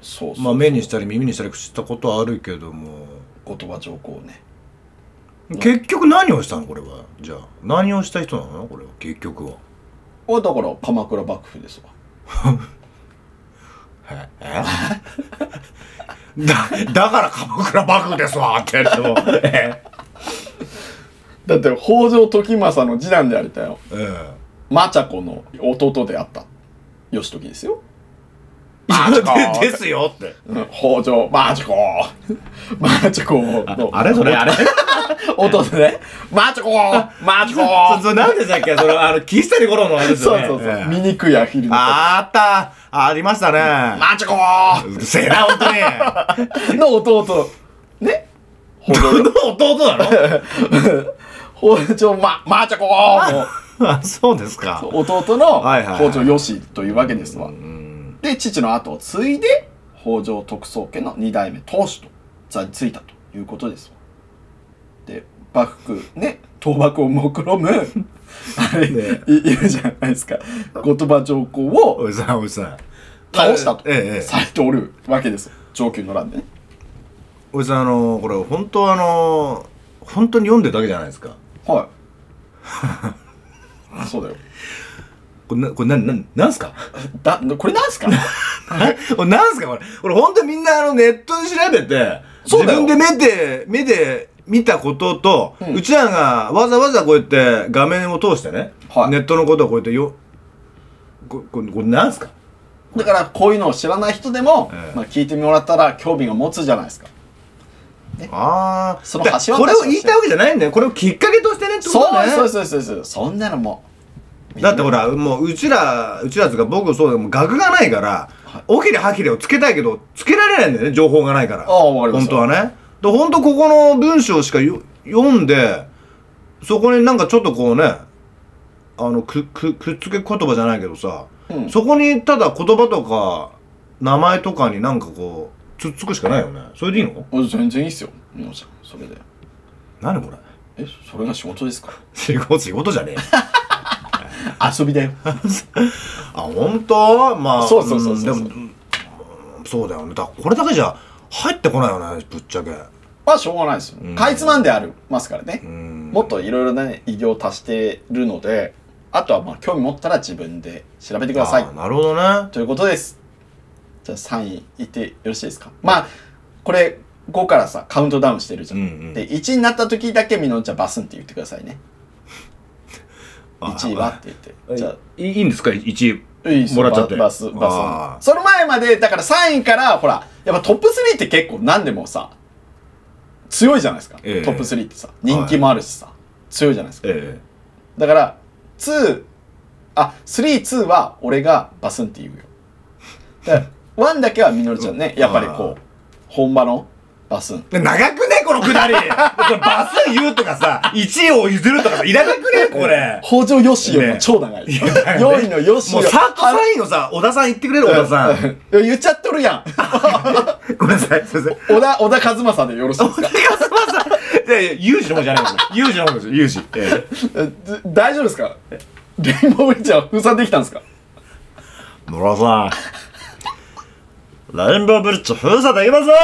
S3: そうそう
S2: まあ、目にしたり耳にしたりしたことはあるけども、
S3: 後鳥羽上皇ね
S2: 結局何をしたのこれは。じゃあ、何をした人なのこれは、結局は。
S3: あだから鎌倉幕府ですわ
S2: えだ、だから鎌倉幕府ですわってやっても、 え
S3: だって北条時政の次男でありたよ
S2: ええ
S3: 政子の弟であった義時ですよ、
S2: あ、 でですよって。
S3: うん、北条政子 政子の
S2: あれそれあ れ
S3: 弟ね政子政
S2: そ
S3: 子
S2: そなんでしたっけそれ、あの、岸谷五郎のあれです
S3: そ
S2: よ
S3: う
S2: ね。
S3: そうそう
S2: ええ
S3: 醜いアヒルの
S2: あったありましたね。
S3: マチコー
S2: うるせえな、ほんとに。
S3: の弟。ね北
S2: こ
S3: 条、
S2: の弟なの
S3: 北条ま、マチコ ーの
S2: あ、そうですか。
S3: 弟の
S2: はいはいはい
S3: 北条よしというわけですわ。
S2: うん
S3: で、父の後を継いで、北条徳宗家の二代目当主と座に就いたということですわ。で、幕府、ね、倒幕を目 論む、あれ、
S2: ね
S3: いいるじゃないですか。後鳥羽上皇を
S2: おじさん、おじさん。
S3: 倒したと
S2: ええええ
S3: されておるわけですよ。上級の乱でね。
S2: おじさん、あの、これ、本当あの、本当に読んでるだけじゃないですか。
S3: はい。そうだよ。
S2: これ、な、これ、な、な、なんすか
S3: だ、これなんすか
S2: これ、なんすかこれ。俺、本当みんな、あの、ネットで調べて、
S3: そ
S2: 自
S3: うだ
S2: 分
S3: よ
S2: で目で、目で見たことと、
S3: う
S2: うんちらがわざわざこうやって画面を通してね、
S3: はい
S2: ネットのことをこうやってよ、こ、ここれ、なんすか
S3: だからこういうのを知らない人でも、
S2: ええ
S3: まあ聞いてもらったら興味が持つじゃないですか。
S2: ああ、
S3: その橋渡しを
S2: だからこれを言いたいわけじゃないんだよ。これをきっかけとしてねってこ
S3: そ
S2: と
S3: う
S2: ね。
S3: そうそうそうそう。そんなのもう。
S2: だってほら、もううちら、うちらつうか僕そうだもう額がないから、おきれはきれをつけたいけど、つけられないんだよね、情報がないから。
S3: ああわかります
S2: 本当はね。で、本当ここの文章しかよ読んで、そこになんかちょっとこうね、あの、く、く、くっつけ言葉じゃないけどさ、
S3: うん
S2: そこにただ言葉とか、名前とかになんかこう、つっつくしかないよね。それでいいの
S3: うん全然いいっすよ。もうじゃあそれで。
S2: 何これ
S3: え、それが仕事ですか
S2: 仕事、仕事じゃねえよ。
S3: 遊びだよ。
S2: あ本当まあ
S3: そうそうそうそうそうん
S2: でもうんそうだよねだからこれだけじゃ入ってこないよねぶっちゃけ
S3: まあしょうがないですよ。
S2: うん
S3: かいつまんでありますからね。
S2: うん
S3: もっといろいろね、偉業を足してるので、あとはまあ興味持ったら自分で調べてください
S2: あ。なるほどね
S3: ということです。じゃあ3位いってよろしいですかまあ、これ5からさ、カウントダウンしてるじゃん。
S2: うんうん
S3: で、1になった時だけみのんちゃんバスンって言ってくださいね。1位はって言って。じゃ
S2: あいいいんですか1位
S3: あ、いいすよ
S2: もらっちゃって
S3: バス、バ
S2: あー
S3: ス。その前まで、だから3位から、ほら、やっぱトップ3って結構何でもさ、強いじゃないですか。
S2: ええ
S3: トップ3ってさ、人気もあるしさ、強いじゃないですか。
S2: え
S3: だから、2、あ、3、2は俺がバスンって言うよ。だから、1だけはみのりちゃんね、
S2: うん
S3: やっぱりこう、本場のバスン。
S2: え長くねこのくだり これバス言うとかさ1位を譲るとかさいらなくねこれ
S3: 北条よしよりも超長い。
S2: いやだよ
S3: 4
S2: ね
S3: 位のよし
S2: も
S3: よ
S2: うサートサインのさ小田さん言ってくれる小田さん
S3: うん言っちゃっとるやん。
S2: ごめんなさいすいま せん
S3: 小田、小田和正でよろしいですか
S2: いやいや、有事の方じゃないですよ。有事の方ですよ、有事。ええ
S3: えず大丈夫ですかレインボーブリッジは封鎖できたんですか
S2: 野良さん。 レインボーブリッジ封鎖できません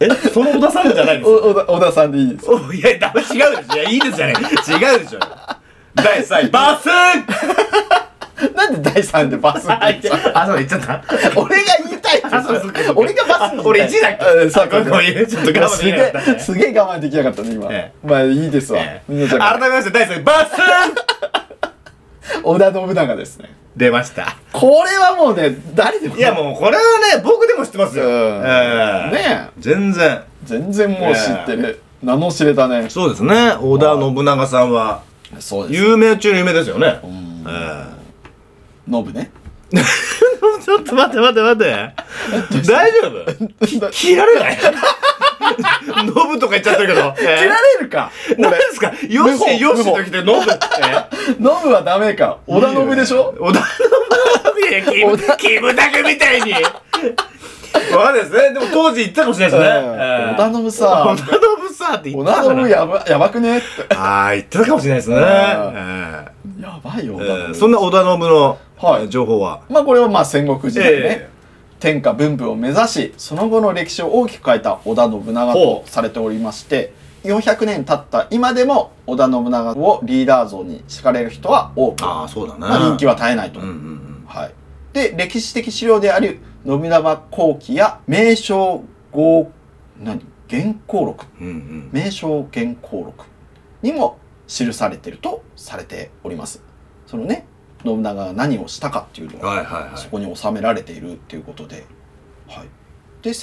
S2: え、その小田さんじゃないんですか
S3: お小田小田さんでいいです
S2: おいや、だめ違うでしょ。いや、いいですじゃね違うでしょ。第3位、バス
S3: なんで第3でバスって言っちゃう
S2: あ、そうだ、言っちゃった。
S3: 俺が言いたいって言った
S2: あそうそう
S3: 俺がバスに
S2: あ俺一位だっけ
S3: うんそう
S2: あごめんごめんちょっと我慢
S3: す
S2: で
S3: げ
S2: きなかった
S3: えすげえ我慢できなかったね今、
S2: え
S3: まあいいですわ、
S2: え
S3: みん
S2: え
S3: な
S2: 改めまして、第3位、バス
S3: 織田信長ですね
S2: 出ました。
S3: これはもうね誰でも
S2: いや、もう、これはね、僕でも知ってます
S3: う
S2: よ。
S3: ん
S2: ええ
S3: ねえ
S2: 全然。
S3: 全然もう知ってる、名の知れたね
S2: そうですね。織田信長さんは、
S3: そうです
S2: 有名中の有名ですよね。え
S3: 信 ね
S2: えちょっと待って待って待って。大丈夫き切られないノブとか言っちゃってるけど。切
S3: 切られるか
S2: 何 ですかよ
S3: 無法
S2: しよしときてノブって。
S3: 信はダメか織田信でしょ
S2: 織田信いや、キムキムタクみたいに。わかんないですね。でも当時言ってたかもしれないですね。ええ
S3: 織田信さ
S2: 織田信さんって言
S3: 織
S2: って
S3: 田
S2: たか
S3: 信
S2: な。
S3: やばやばくねって
S2: ああ、言ってたかもしれないですね。
S3: ん
S2: ええ
S3: やばいよ織
S2: え
S3: 田
S2: ー
S3: 信
S2: そんな織田信の、
S3: はい
S2: 情報は。
S3: まあこれはまあ戦国時代ね、
S2: ええ
S3: 天下文武を目指しその後の歴史を大きく変えた織田信長と
S2: ほ
S3: されておりまして400年経った今でも織田信長をリーダー像に敷かれる人は多く、
S2: ああ、そうだね。
S3: まあ、人気は絶えないと、
S2: うんうんうん。
S3: はい、で歴史的資料である信長後期や名称合何元光録
S2: うんうん。
S3: 名称原稿録にも記されてるとされております。そのね信長が何をしたかっていうのが、
S2: はいはいはい
S3: そこに収められているっていうことで、はい、で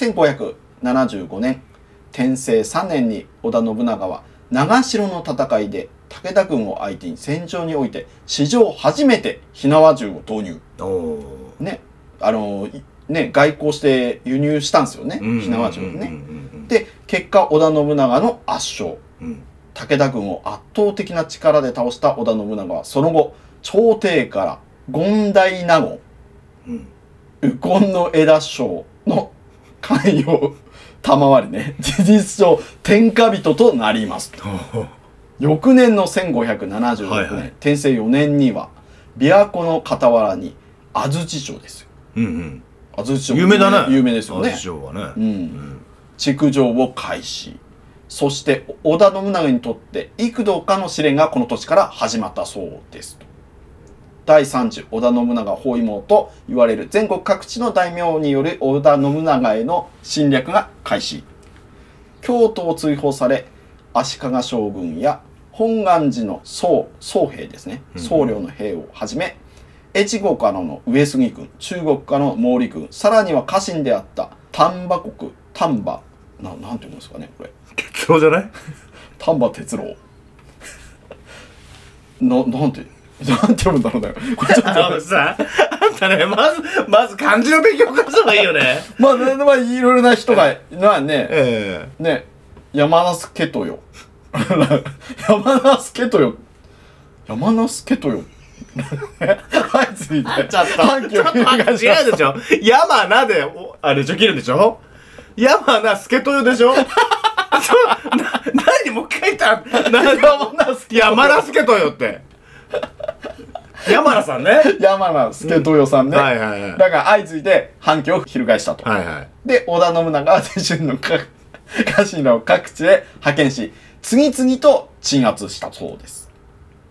S3: 1575年天正3年に織田信長は長城の戦いで武田軍を相手に戦場において史上初めて火縄銃を投入
S2: おお。
S3: ねあのいね外交して輸入したんですよね
S2: うんうんうん
S3: 火縄銃をね。
S2: うん
S3: で結果織田信長の圧勝
S2: うんうん。
S3: 武田軍を圧倒的な力で倒した織田信長はその後朝廷から権大納言
S2: うん。
S3: 右近の枝将の関与を賜りね 事実上天下人となります
S2: ほうほう
S3: 翌年の1576年、
S2: はいはい
S3: 天正4年には琵琶湖の傍らに安土城ですよ
S2: うんうん。
S3: 安土城
S2: 有名だね。
S3: 有名ですよね
S2: 安土城は
S3: う
S2: ね。
S3: ん
S2: うん。
S3: 築城を開始そして織田信長にとって幾度かの試練がこの年から始まったそうですと第3次織田信長包囲網と言われる全国各地の大名による織田信長への侵略が開始京都を追放され足利将軍や本願寺の僧僧兵ですね
S2: うん
S3: 僧侶の兵をはじめ、越後からの上杉軍中国からの毛利軍さらには家臣であった丹波国丹波ななんていうんですかねこれ
S2: 鉄道じゃない
S3: 丹波哲郎 ななんて なんて読むんだろうねこれちょっ
S2: あ の
S3: と
S2: さ、あんたね、まず、まず漢字の勉強からした方がいいよね。
S3: まあ、ね、まあいろいろな人がまあね
S2: え
S3: ね山名助豊 山名助豊山名 助豊はいついて
S2: え。ちょっと、
S3: 阪
S2: ち
S3: 急
S2: ょっと待って、違うでしょ。山名で、おあれでしょ、切るでしょ。山名助豊でしょ。そう、な、何もう一回言ったら、
S3: 山名助
S2: 山名助とよって。山名さんね。
S3: 山名助豊さんね、
S2: うんはいはいはい
S3: だから相次いで反響を翻したと、
S2: はいはい。
S3: で織田信長は自身の 各家臣らを各地へ派遣し次々と鎮圧したそうです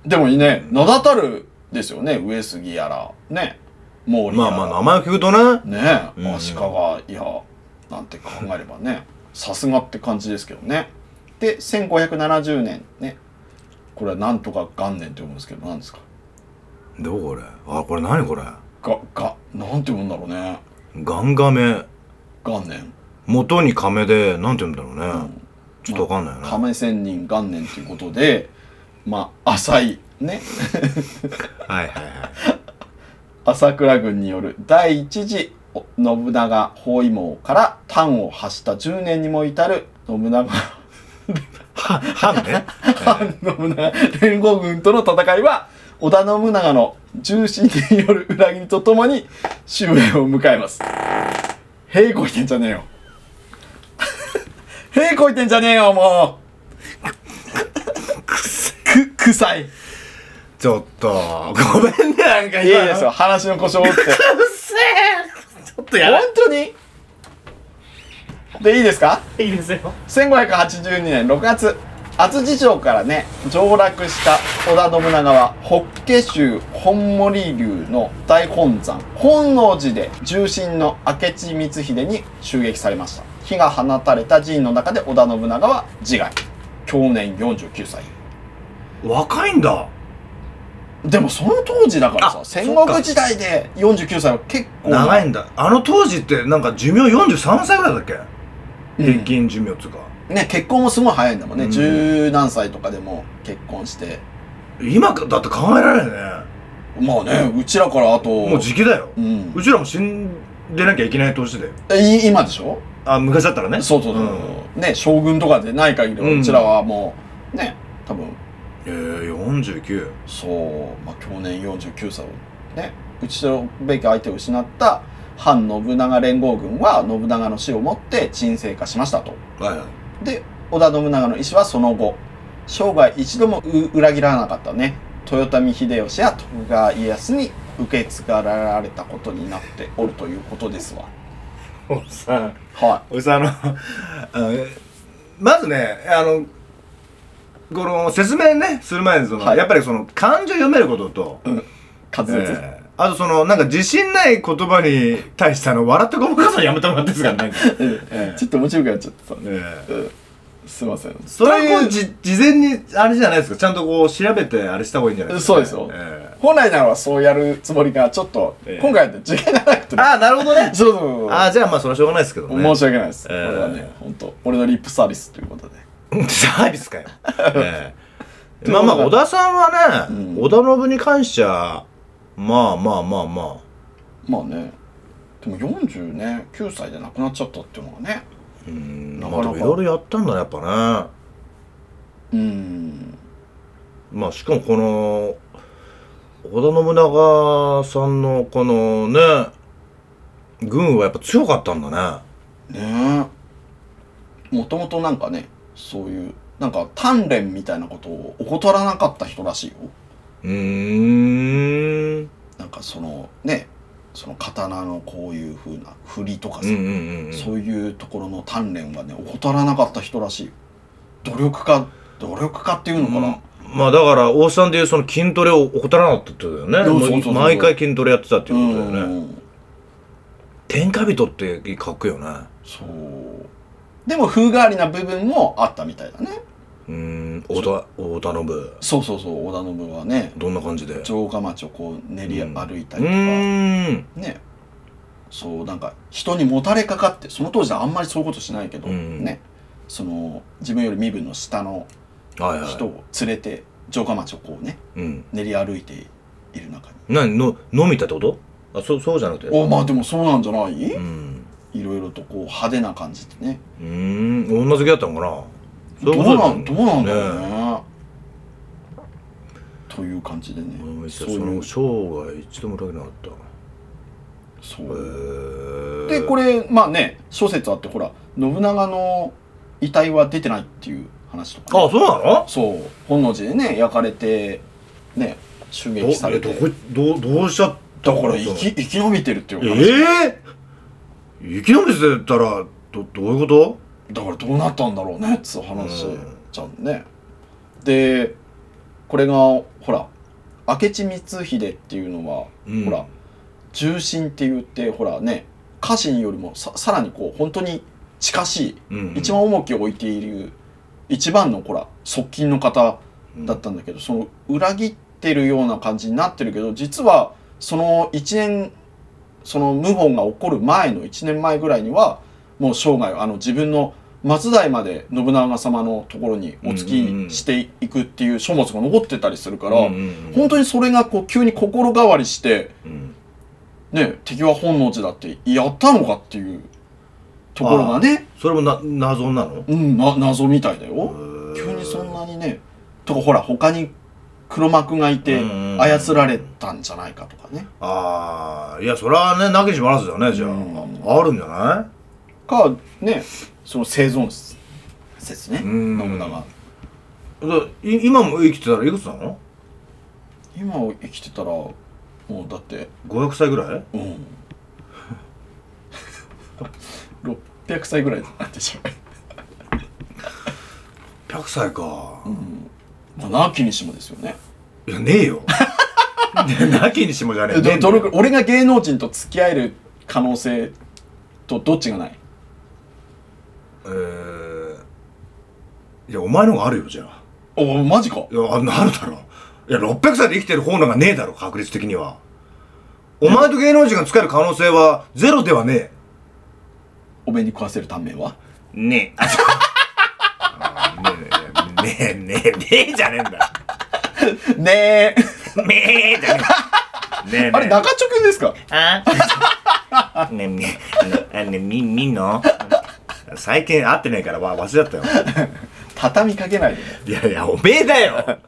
S3: でもね名だたるですよね上杉やらね毛利や
S2: ま
S3: ら、
S2: あまあ、名前を聞くとね。
S3: ね
S2: うん
S3: 足利いやなんて考えればねさすがって感じですけどねで1570年ねこれはなんとか元年って読むんですけど何ですか
S2: どうこれあ、これ何これ
S3: ががなんて読むんだろうね
S2: ガンガメ。
S3: 元年
S2: 元に亀で、なんて言うんだろうね。ちょっとわかんないよね。
S3: 亀仙人元年ということでまあ浅いね
S2: はいはいはい。
S3: 朝倉軍による第一次信長包囲網から端を発した10年にも至る信長
S2: は、はんね。
S3: 反信長連合軍との戦いは織田信長の重臣による裏切りとともに終焉を迎えます平行してんじゃねえよ 平行してんじゃねえよもうく臭い
S2: ちょっと、ごめんね、なんか今の。
S3: いいですよ話の故障って
S2: くっそ
S4: ちょっとやば
S3: 本当にで、いいですか
S4: い。いいですよ。
S3: 1582年6月厚地城からね上洛した織田信長は北家州本森流の大本山本能寺で重臣の明智光秀に襲撃されました火が放たれた寺院の中で織田信長は自害去年49歳
S2: 若いんだ
S3: でもその当時だからさ
S2: あ
S3: 戦
S2: そっか
S3: 国時代で49歳は結構な
S2: 長いんだあの当時ってなんか寿命43歳ぐらいだっけ
S3: うん
S2: 平均寿命っつうか、
S3: ね結婚もすごい早いんだもんね、
S2: うん
S3: 十何歳とかでも結婚して
S2: 今だって考えられない
S3: まあねうちらからあと
S2: ねもう時期だよ
S3: うん
S2: うちらも死んでなきゃいけない年だよ
S3: い今でしょ
S2: あ昔だったらね
S3: そうそうそう、
S2: ん
S3: ね将軍とかでない限りは
S2: うん
S3: うちらはもうね多分
S2: えー、49
S3: そう、まあ、去年49歳をね打ち取るべき相手を失った反信長連合軍は信長の死をもって沈静化しましたと
S2: はいはい
S3: で織田信長の意思はその後生涯一度もう裏切らなかったね豊臣秀吉や徳川家康に受け継がれたことになっておるということですわ
S4: もうさ、
S3: は
S2: 俺 さあのあのまずねあのこの説明ねする前にその、
S3: はい
S2: やっぱりその漢字を読めることと、
S3: い滑
S2: え
S3: 舌、
S2: ーあとそのなんか自信ない言葉に対してあの笑ってごまかすのやめてもらっていいですかね、え
S3: ちょっと面白くなっちゃってた
S2: え
S3: ね
S2: ー
S3: すいません
S2: それはこうじ事前にあれじゃないですかちゃんとこう調べてあれした方がいいんじゃないですか、
S3: そうですよ
S2: え
S3: 本来ならそうやるつもりがちょっと、
S2: ええ
S3: 今回は時間がなくて
S2: ーああなるほどね
S3: そうそうそう
S2: ああじゃあ まあそれはしょうがないですけどね
S3: 申し訳ないです、
S2: ええ
S3: これはね本当俺のリップサービスということで
S2: サービス かよ。ええまあまあ、小田さんはね、
S3: うん
S2: 織田信に関しては、まあまあまあま
S3: まあねでも40ね9歳で亡くなっちゃったっていうのはね
S2: あ、うん、
S3: な
S2: ま
S3: か
S2: あ
S3: な
S2: で
S3: か
S2: もいろいろやったんだね、やっぱね。
S3: うん
S2: まあしかもこの、織田信長さんのこのね、軍はやっぱ強かったんだ
S3: ねえもともとなんかねそういうなんか鍛錬みたいなことを怠らなかった人らしいよ
S2: ね。うーん。
S3: なんかそのねその刀のこういう風な振りとか
S2: うんう
S3: さ、
S2: んうんうん。
S3: そういうところの鍛錬はね怠らなかった人らしい努力家努力家っていうのかな、
S2: まあだから、大津さんでいうその筋トレを怠らなかったってことだ
S3: そ
S2: よ
S3: うそうそう
S2: ね。
S3: そう
S2: 毎回筋トレやってたっていうことだよね。
S3: うん
S2: 天下人ってかっこいいよね。
S3: そうでも風変わりな部分もあったみたいだね
S2: うーん、太田、太田信部、
S3: そうそうそう織田信長はね
S2: どんな感じでう
S3: 城下町をこう練り歩いたりとか、
S2: ーん。
S3: ねそうなんか人にもたれかかってその当時はあんまりそういうことしないけど、
S2: うん
S3: ねその自分より身分の下の
S2: はいはい。
S3: 人を連れて城下町をこうね
S2: うん。
S3: 練り歩いている中に
S2: 何の、飲みたってことあ、そう、そうじゃなくて。
S3: おまあでもそうなんじゃない、
S2: うん。
S3: いろいろとこう派手な感じってね
S2: うーん、女好きだったのかな
S3: どうなんどうなんだろう
S2: ね
S3: ねという感じでね
S2: えお店
S3: そう
S2: そ
S3: い
S2: の
S3: う
S2: 生涯一度も裏切らなかっ
S3: そ
S2: た。へ
S3: う
S2: ー
S3: でこれまあね諸説あってほら信長の遺体は出てないっていう話とかね、
S2: あ、そうなの
S3: そう本能寺でね焼かれてね襲
S2: ど
S3: 撃され
S2: え
S3: て
S2: どこ、どう、どうしちゃった
S3: だから
S2: え
S3: 生き生き延びてるっていう話、
S2: えー、生き延びてたら、ど、どういうこと
S3: だからどうなったんだろうねっつう話
S2: うん
S3: じゃんねでこれがほら明智光秀っていうのは、
S2: うん
S3: ほら重心って言ってほらね家臣よりもささらにこう本当に近しい
S2: うん
S3: 一番重きを置いている一番のほら側近の方だったんだけど、その裏切ってるような感じになってるけど実はその1年その謀反が起こる前の1年前ぐらいにはもう生涯あの自分の松代まで信長様のところにお付きしていくっていう書物が残ってたりするから、
S2: うんうんうん
S3: 本当にそれがこう急に心変わりして、
S2: うん
S3: ね、敵は本能寺だってやったのかっていうところがね
S2: それもな、謎なの
S3: うん、な謎みたいだよ。
S2: へー
S3: 急にそんなにねとかほら他に黒幕がいて
S2: うん
S3: 操られたんじゃないかとかね
S2: ああいやそれはねなきにしもあらずだねじゃあ、
S3: うん
S2: あるんじゃな
S3: かねその生存説説ね
S2: うん
S3: 信長
S2: いだい今も生きてたらいくつなの
S3: 今を生きてたらもうだって
S2: 500歳ぐらい
S3: うん 600歳ぐらいになってしまう
S2: 100歳か、
S3: まあ、なきにしもですよね。
S2: いやねえ よなきにしもじゃねえ
S3: ど
S2: ねえんだ
S3: ど
S2: よ
S3: のくらい俺が芸能人と付き合える可能性とどっちがない
S2: えーいやお前の方があるよじゃあ
S3: おマジか
S2: いやあなるだろいや600歳で生きてる方のがねえだろ確率的にはお前と芸能人が使える可能性はゼロではね
S3: お目に食わせるためは
S2: えねえあねえねえねえねえねえじゃねえんだ
S3: ねえ
S2: よねえじゃねえねえねえ
S3: あれ中直くんですか
S2: あねねあねみみんの最近会ってないからわ忘れちゃったよ
S3: 畳みかけないでね
S2: いやいやおめえだよ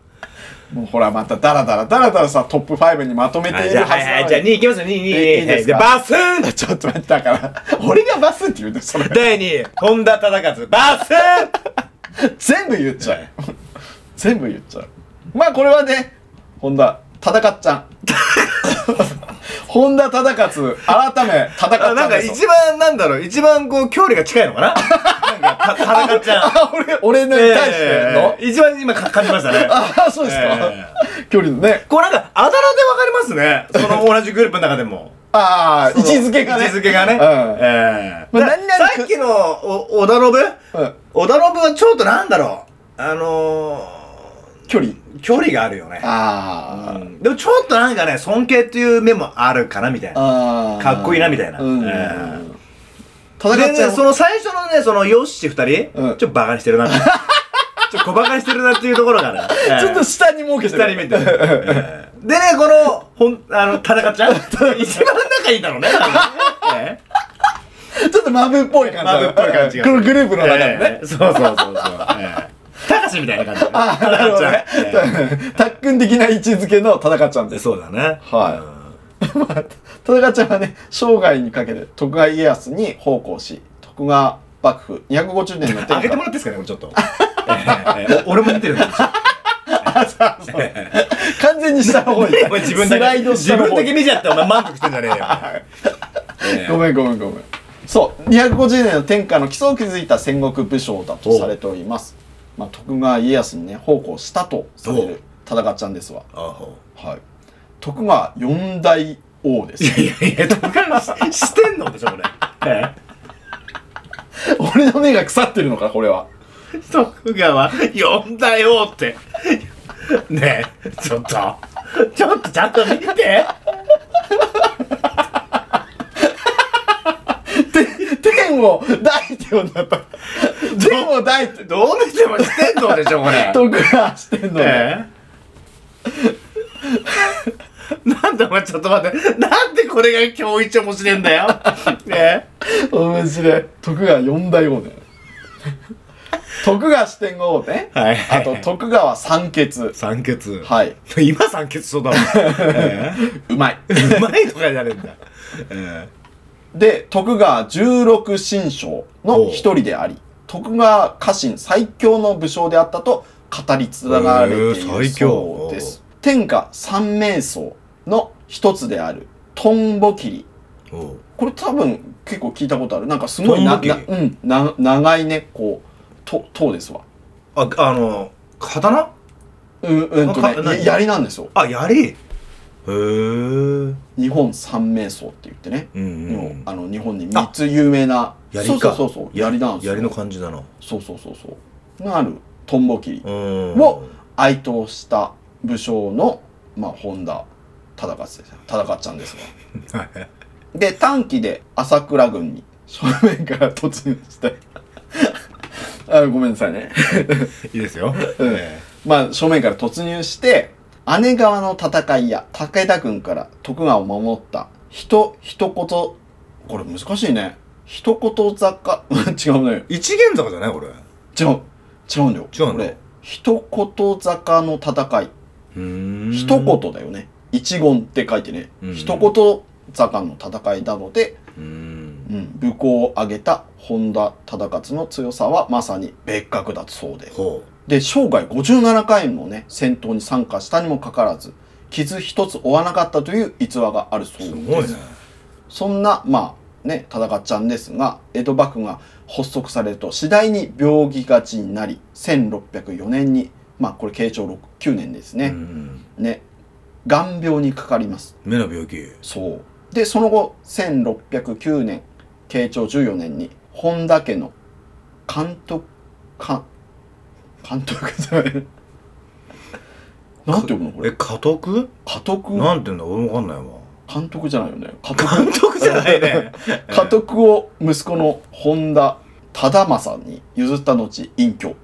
S3: もうほらまたダラダラダラダラさトップ5にまとめて
S2: あ
S3: い
S2: じ
S3: る
S2: ゃあ
S3: はず
S2: はい
S3: な
S2: はい
S3: のに
S2: じゃあ2いきますよ2
S3: えいいです
S2: で
S3: か
S2: バスーン
S3: ちょっと待ってだから俺がバスって言うんだよそれ
S2: 第2位本田忠勝バスーン
S3: 全部言っちゃう全部言っちゃうまあこれはね本田戦っちゃん 本田忠勝改め戦っちゃ
S2: あ
S3: ん
S2: なんか
S3: です
S2: 一番なんだろう一番こう距離が近いのかななんかた戦っちゃう
S3: あ俺俺のに対しての、
S2: えー一番今か感じました ね
S3: ああそうですか、
S2: え
S3: 距離のね
S2: こうなんかあだ名でわかりますねその同じグループの中でも
S3: あ あ位置づけがね
S2: 位置づけがね。
S3: うん
S2: ええ
S3: まあ
S2: だ
S3: 何々く
S2: さっきのお織田信
S3: うん
S2: 織田信はちょっとなんだろう。あの
S3: 距離
S2: ー、距離があるよね。
S3: あ
S2: うんでもちょっとなんかね、尊敬っていう目もあるかなみたい
S3: あ
S2: な。
S3: ああ
S2: かっこいいなみたいな
S3: うん
S2: え
S3: 戦
S2: で
S3: っちゃ
S2: ね、
S3: ん
S2: その最初のね、そのヨッシー二人、
S3: うん
S2: ちょっとバカにして るなって。ちょっと小バカにしてるなっていうところ がね。ええ
S3: ちょっと下に儲けて
S2: 二
S3: る
S2: 人見て る。ええでね、この、ほん、あの、田中ちゃん一番仲いいんだろうね。多 分ねええ
S3: ちょっとマブっぽい感じだ
S2: マブっぽい感じが
S3: このグループの中でね、
S2: ええそうそうそうそう。ええたかしみたいな感じだね。
S3: ああなるほ どね
S2: ええ
S3: たっくん的な位置づけの戦っちゃんです
S2: そうだね。
S3: はまあ、戦っちゃんはね生涯にかけて徳川家康に奉公し徳川幕府250年 の
S2: い。開けてもらっていいですかね、これちょっと。ええええ俺も見てるんですよ。
S3: 完全に下の方に
S2: お前自分
S3: ス
S2: だ
S3: ラ
S2: け、
S3: イド
S2: 自
S3: 下の
S2: 分
S3: 方
S2: だけ
S3: に
S2: 見ちゃって、お前満足してんじゃねえよ。ええ
S3: ごめんごめんごめんそう250年の天下の基礎を築いた戦国武将だとされております、まあ、徳川家康にね奉公したとされる戦っちゃんですわ
S2: あほ
S3: はい徳川四大王です
S2: い やいやいや、とかししてんのでしょ、これ。え
S3: 俺の目が腐ってるのかこれは
S2: え徳川、呼んだよって。ねえ、ちょっと、ちょっとちゃんと見て。
S3: 天を大って呼ん だった天を大って
S2: どう見てもしてんのでしょ、こ れ。
S3: 徳川してんのね
S2: ええなんでお前ちょっと待ってなんでこれが今日一面白いんだよ、ね
S3: 面白い徳川四大王ね徳川四天王ね、
S2: はい
S3: あと徳川三傑
S2: 酸欠
S3: はい
S2: 今酸欠そうだ もん、え
S3: うまい
S2: えうまいとかじゃねえんだ、え
S3: で徳川十六神将の一人であり徳川家臣最強の武将であったと語り継がれてい
S2: へ
S3: る
S2: え最強
S3: そうです天下三名僧の一つであるトンボキリ
S2: えおう
S3: これ多分結構聞いたことあるなんかすごいな
S2: トンボ
S3: な,、
S2: キ
S3: うん、な長いねこうと塔ですわ
S2: ああの刀
S3: うんうんと
S2: あか
S3: ね
S2: 何
S3: や槍なんですよ
S2: あ槍へえうん
S3: 日本三名僧って言ってね、
S2: う
S3: もうんあの日本に三つ有名な
S2: 槍
S3: そうそ
S2: か
S3: うそうそう槍なんですよ
S2: 槍の感じだな
S3: そうそうそうそうがあるトンボキリ
S2: うん
S3: を哀悼した武将の、まあ、本田忠勝です忠っちゃんですがで短期で朝倉軍に正面から突入して あごめんなさいね
S2: いいですよ、え
S3: まあ正面から突入して姉川の戦いや武田軍から徳川を守った人一言これ難しいね一言坂 違う
S2: え
S3: ね
S2: 一元坂じゃないこれ
S3: 違う違うんだよ
S2: 違うんだ
S3: これ一言坂の戦い一言だよね一言って書いてね、
S2: うん
S3: 一言坂の戦いなので、
S2: うん
S3: うん、武功を挙げた本田忠勝の強さはまさに別格だそうで
S2: ほ
S3: で生涯57回もね戦闘に参加したにもかかわらず傷一つ負わなかったという逸話があるそう
S2: う
S3: です
S2: すごいね
S3: そんなまあね、戦っちゃうんですが、江戸幕府が発足されると次第に病気がちになり、1604年に、まあこれ慶長6 9年です
S2: う
S3: ね、
S2: ん
S3: ね、眼病にかかります。
S2: 目の病気
S3: そう。で、その後、1609年、慶長14年に、本田家の監督、か監督じゃない。なんて呼ぶのこ
S2: え
S3: れ。
S2: 家督
S3: 家督
S2: なんて言うんだ俺もわかんないわ
S3: 監督じゃないよね。 家督。
S2: 監督じゃない ね
S3: 家督を息子の本田忠政に譲った後、隠居。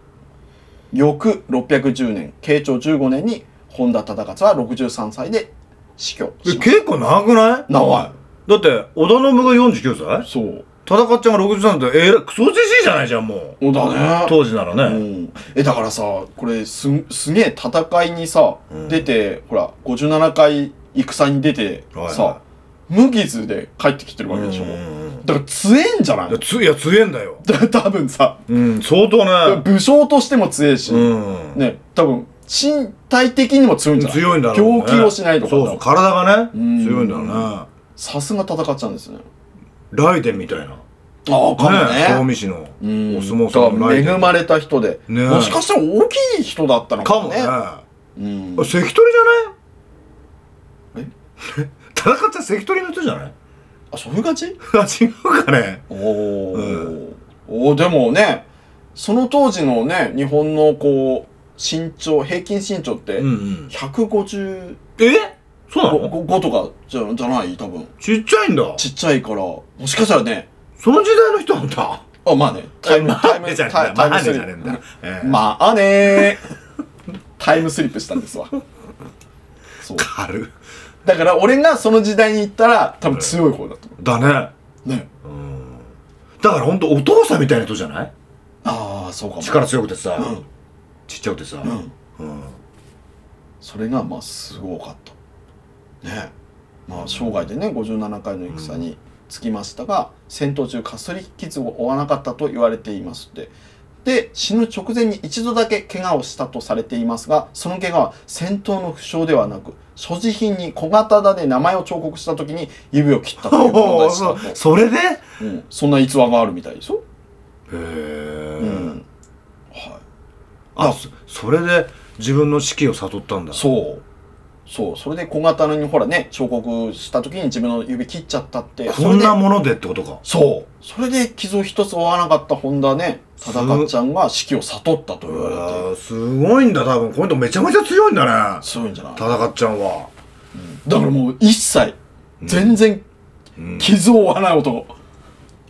S3: 翌610年、慶長15年に、本田忠勝は63歳で死去
S2: え
S3: します。
S2: 結構長くない
S3: 長い。
S2: だって織田信長49歳
S3: そう。
S2: 戦っちゃんが63歳ってえらいクソじじいじゃないじゃんもう
S3: そうだね
S2: 当時なら
S3: う
S2: ね、
S3: ん、えだからさこれすすげえ戦いにさ、
S2: うん
S3: 出てほら57回戦に出てさ、
S2: はいはい
S3: 無傷で帰ってきてるわけでしょ、
S2: うん
S3: だから強えんじゃない
S2: いやついや強えんだよ
S3: だ多分さ、
S2: うん相当ね
S3: 武将としても強えし、
S2: うん
S3: ね多分身体的にも強いんじゃない
S2: 強いんだろうね
S3: 病気をしないとか
S2: そうそう体がね
S3: うん
S2: 強いんだろ
S3: さすが戦っちゃうんですね
S2: うねライデンみたいな
S3: ああ
S2: 興味市のお
S3: うん
S2: 相撲さんのラ
S3: だから
S2: イデ
S3: 恵
S2: ン
S3: まれた人で、
S2: ね
S3: もしかしたら大きい人だったの
S2: か
S3: か
S2: も
S3: も
S2: ね
S3: ね
S2: あ
S3: うん
S2: 関取じゃない
S3: え
S2: 戦っちゃん関取の人じゃない
S3: あそういう感じ
S2: あ違うかね
S3: おお、おーでもねその当時のね日本のこう身長平均身長って
S2: うんうん
S3: 155
S2: えそうなの
S3: 5とかじゃじゃない多分
S2: ちっちゃいんだ
S3: ちっちゃいからもしかしたらね
S2: その時代の人なんだ
S3: あまあねタイムタイム
S2: えじゃね
S3: タイ
S2: ま
S3: タイム
S2: あ
S3: ス
S2: ね
S3: リ
S2: じゃねえん
S3: ッ
S2: だえ
S3: プ
S2: え
S3: まあねタイムスリップしたんですわそう
S2: 軽い
S3: だから俺がその時代に行ったら多分強い方だと思
S2: だね
S3: うね
S2: うんだから本当お父さんみたいな人じゃない
S3: ああそうかも
S2: 力強くてさ
S3: うん
S2: ちっちゃくてさ
S3: うん
S2: うん
S3: それがまあすごかったねまあ生涯でね57回の戦につきましたが、戦闘中かすり傷を負わなかったと言われていますってで死ぬ直前に一度だけ怪我をしたとされていますがその怪我は戦闘の負傷ではなく所持品に小型だで名前を彫刻した時に指を切ったというも の
S2: おー
S3: でした
S2: そ
S3: と
S2: う、それでへ
S3: うん、そんな逸話があるみたいでしょ、う
S2: え
S3: はい、
S2: あそそれで自分の死期を悟ったんだ
S3: そうそうそれで小型のにほらね彫刻した時に自分の指切っちゃったって
S2: こんな
S3: それで
S2: ものでってことか
S3: そうそれで傷一つ負わなかった本田ね
S2: す
S3: 忠っちゃんが死を悟ったと言
S2: う
S3: われて
S2: わーすごいんだ多分この人めちゃめちゃ強いんだね
S3: すごいんじゃないだか
S2: 戦っちゃんは
S3: らもう一切全然
S2: うん
S3: 傷を負わない男、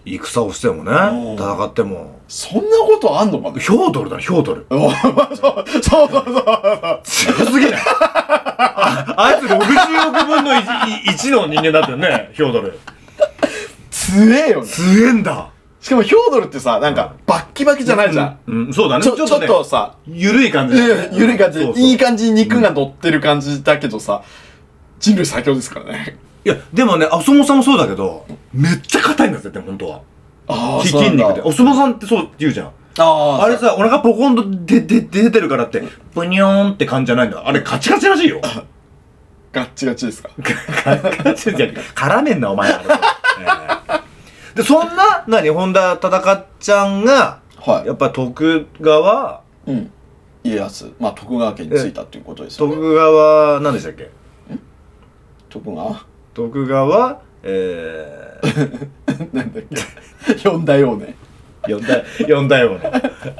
S2: 戦をしてもね
S3: うん
S2: 戦っても
S3: そんな ことあんのかね
S2: ヒョードルだヒョードル
S3: おそうそうそうそう
S2: 強す ぎないああいつ60億分の 1, の人間だったよねヒョードル
S3: 強えよね
S2: 強えんだ
S3: しかもヒョードルってさなんかバッキバキじゃないじゃん、
S2: うん、うんそうだね
S3: ちょちょっ
S2: ね
S3: とさ
S2: 緩い感じ
S3: いやいやゆるい感じ
S2: そうそう
S3: いい感じに肉が乗ってる感じだけどさ、人類最強ですからね。
S2: いやでもねお相撲さんもそうだけどめっちゃ硬いんだぜって本当は
S3: あ
S2: 筋筋肉でお
S3: あ
S2: 相撲さんってそうって言うじゃん
S3: あー、
S2: あれさお腹ポコンとでで出てるからってぷにょーんって感じじゃないんだあれカチカチらしいよ
S3: ガッチガチですか。
S2: カチカチじゃ絡めんなお 前あれええでそんな何本田忠っちゃんが
S3: は
S2: やっぱ徳川
S3: い。うん。家康、まあ徳川家に着いたということですよね。
S2: 徳川何でしたっけ
S3: 徳川
S2: 徳川えー、
S3: なんだっけ四大王ね。
S2: 四大四大王の、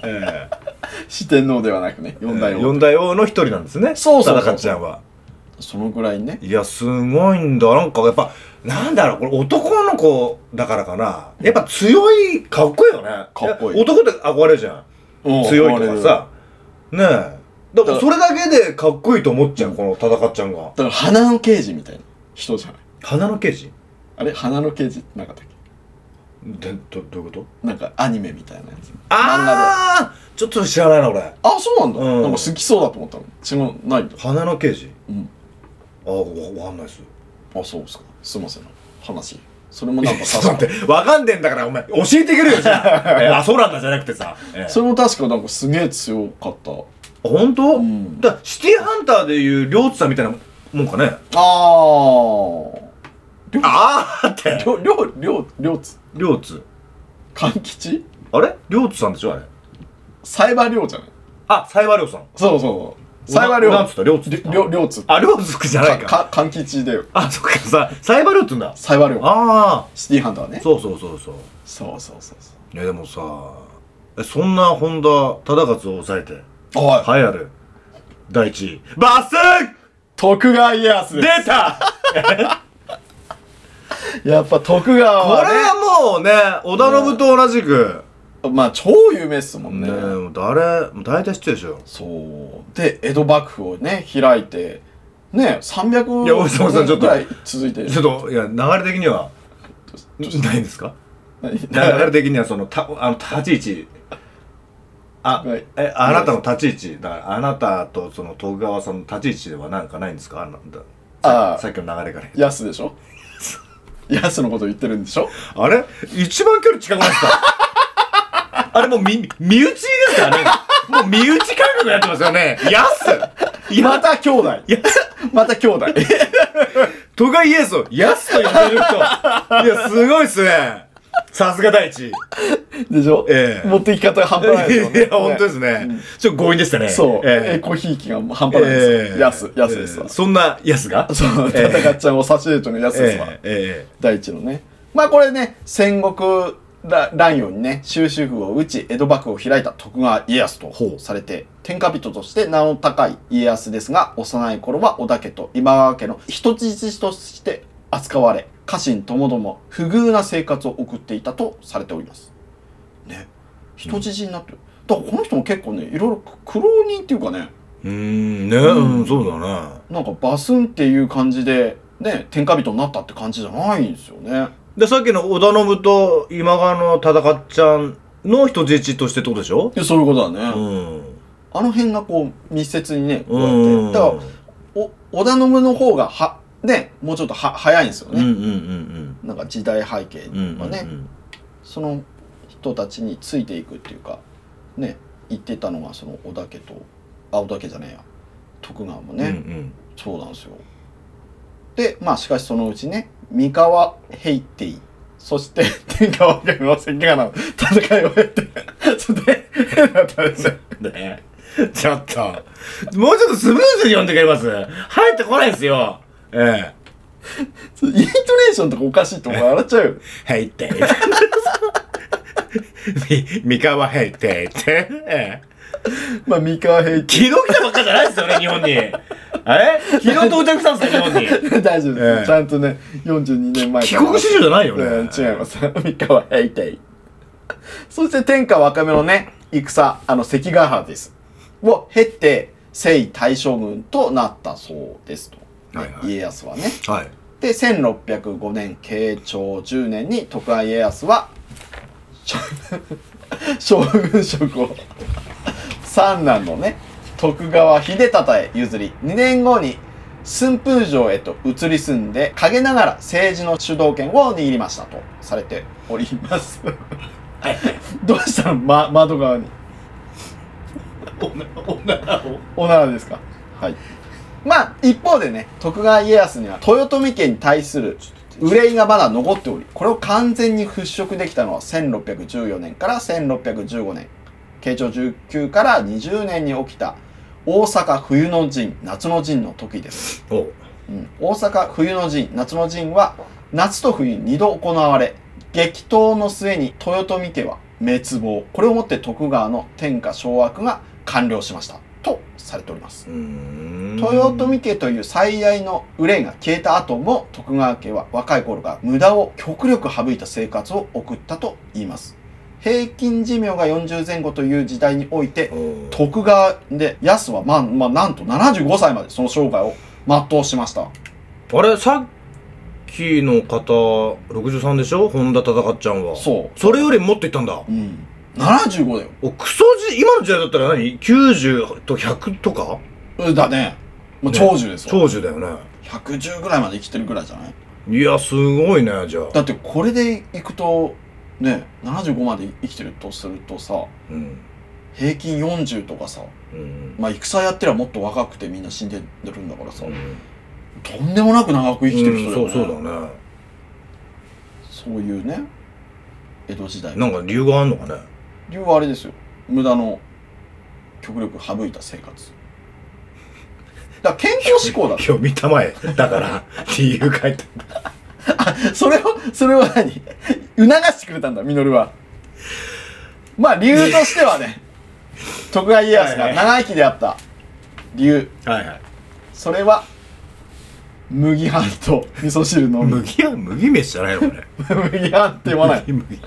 S2: え
S3: 四天王ではなくね、
S2: ー
S3: 四大王。
S2: 四大王の一人なんですね
S3: そうそうそう
S2: 忠っちゃんは
S3: そのぐらいね。
S2: いやすごいんだなんかやっぱなんだろうこれ男の子だからかなやっぱ強いかっこいいよね
S3: かっこいい
S2: や男って憧れるじゃん強いとかさねえだからそれだけでかっこいいと思っちゃうこの戦っちゃんが
S3: だから花の刑事みたいな人じゃない。
S2: 花の刑事
S3: あれ花の刑事ってなかったっけ
S2: でどどういうこと
S3: なんかアニメみたいなやつ。
S2: ああちょっと知らないな俺
S3: あ、そうなんだ。
S2: うん
S3: なんか好きそうだと思ったの。違う、ないんだ。
S2: 花の刑事
S3: うん。
S2: ああわわかんないっす
S3: あ、そうですか。すいません。話。それもなん か
S2: ちょ
S3: 確
S2: っと待
S3: か
S2: ってわかんでんだからお前教えてくれよじゃ あ、えーあそうなんだじゃなくてさ、えー
S3: それも確かなんかすげえ強かった。
S2: 本当、
S3: うん
S2: だからシティハンターでいう両津さんみたいなもんかね
S3: あー。両
S2: あーって
S3: 両両両両津
S2: 両津
S3: 勘吉
S2: あれ両津さんでしょあれ
S3: サイバー両じゃない
S2: あサイバー両さん
S3: そうそうサイバー両
S2: なんつった両津
S3: り両両津
S2: あ両津じゃないか
S3: かか勘吉だよ
S2: あそっかさサイバー両って言うんだ
S3: サイバー両
S2: あ
S3: シティハンターね
S2: あそうそうそうそう
S3: そうそうそうそ
S2: いやでもさえそんな本田忠勝を抑えて栄
S3: うおい
S2: えある第一位バス
S3: 徳川家康
S2: 出
S3: で
S2: た
S3: やっぱ徳川
S2: これ
S3: は
S2: はもうね織田信と同じく
S3: ねまあ超有名っすもん
S2: ね
S3: ね
S2: えもう誰もう大体知ってるでしょ
S3: そうで江戸幕府をね開いてね300
S2: いや大沢さんちょっと
S3: ぐらい続いて
S2: ちょっといや流れ的にはないんですか
S3: 何
S2: 流れ的にはそのたあの立ち位置あ
S3: はい
S2: えあなたの立ち位置だからあなたとその徳川さんの立ち位置ではなんかないんですかあのだ
S3: ああ
S2: さっきの流れから
S3: ヤス でしょヤスのこと言ってるんでしょ
S2: あれ一番距離近くなってた あれもうみ身内ですから ねもう身内感覚やってますよねやす や
S3: また兄弟
S2: や
S3: また兄弟
S2: 徳川家康をやすと呼んで る人いやすごいっすねさすが第一
S3: でしょ、
S2: ええ
S3: 持っていき方が半端ないですよね
S2: いや本当ですね、ちょっと強引でしたね
S3: そう、
S2: え
S3: ええコーヒー機が半端ないですよ、ヤスヤスです
S2: え
S3: わ、
S2: えそんなやすが
S3: そう
S2: ええ
S3: 戦っちゃうお差し入れとのヤスですわ、
S2: えええ
S3: 第一のねまあこれね戦国ら乱世にね終止符を打ち江戸幕府を開いた徳川家康とされて天下人として名の高い家康ですが幼い頃は織田家と今川家の人質として扱われ家臣ともども不遇な生活を送っていたとされております。ね人質になってる。だからこの人も結構ねいろいろ苦労人っていうかね
S2: えうーんね、
S3: うん
S2: うんそうだね
S3: なんかバスンっていう感じでね天下人になったって感じじゃないんですよね。
S2: でさっきの織田信と今川の戦っちゃんの人質としてってことでしょ
S3: いやそういうことだね。
S2: うん
S3: あの辺がこう密接にね、こう
S2: う
S3: やっ
S2: ん
S3: て。だから、お織田信の方がは、ね、もうちょっとは早いんですよ
S2: うんうんう
S3: ね。
S2: ん
S3: なんか時代背景はね、
S2: うんうんうん
S3: その人たちについていくっていうか、ね、言ってたのがその織田家と、あ、織田家じゃねえや、徳川も
S2: うんう
S3: ね、
S2: ん
S3: そうなんですよ。で、まあしかしそのうちね、三河ヘイテイ、そして天川家の関ヶ原の戦いを経て、それで、変なったんですよ。
S2: ねちょっともうちょっとスムーズに読んでくれます入ってこないですよえ
S3: イントネーションとかおかしいと思う笑っちゃうよ。
S2: え入ってみ三河入ってってええ
S3: まあ、三河平
S2: 昨日来たばっかじゃないですよね日本にえ昨日到着したんですよ日本に
S3: 均 大丈夫です、
S2: ええ
S3: ちゃんとね、42年前
S2: 帰国子女じゃないよね、
S3: うん違います。 三河平定。そして天下若めのね、戦、あの、関ヶ原です。を経て、征夷大将軍となったそうですと。ね
S2: はいはい
S3: 家康はね。
S2: はい
S3: で、1605年、慶長10年に徳川家康は、 将将軍職を三男のね、徳川秀忠へ譲り、2年後に駿府城へと移り住んで、陰ながら政治の主導権を握りましたとされております。 どうしたの、ま、窓側に。おならですかはいまあ一方でね徳川家康には豊臣家に対する憂いがまだ残っておりこれを完全に払拭できたのは1614年から1615年慶長19から20年に起きた大阪冬の陣夏の陣の時です
S2: お
S3: うん、大阪冬の陣夏の陣は夏と冬に2度行われ激闘の末に豊臣家は滅亡これをもって徳川の天下掌握が完了しましたとされております
S2: うーん
S3: 豊臣家という最愛の憂いが消えた後も徳川家は若い頃から無駄を極力省いた生活を送ったと言います平均寿命が40前後という時代において
S2: お
S3: 徳川で安はまあ、まあ、なんと75歳までその生涯を全うしました
S2: あれさっきの方63でしょ本田忠勝ちゃんは
S3: そう
S2: それよりもっといったんだ
S3: うん。75だよ
S2: おクソじ今の時代だったら何90と100とか
S3: うん。だね。もう長寿ですよ。
S2: 長寿だよね
S3: 110ぐらいまで生きてるぐらいじゃない
S2: いやすごいねじゃあ
S3: だってこれでいくと、ね、75まで生きてるとするとさ、
S2: うん
S3: 平均40とかさ、
S2: うん
S3: まあ戦やってりゃもっと若くてみんな死んでるんだからさ、
S2: うん
S3: とんでもなく長く生きてる人だよね。
S2: うんそうそうだね
S3: そういうね江戸時代
S2: なんか理由があんのかね
S3: 理由はあれですよ無駄の極力省いた生活だから健康志向 だ
S2: 今日見たまえだから 理由書いて
S3: それをそれを何促してくれたんだミノルはまあ理由としては ね徳川家康が長生きであった理由
S2: はいはい
S3: それは麦飯と味噌汁のみ
S2: 麦は麦飯じゃないのこれ
S3: 麦飯って言わない
S2: 麦麦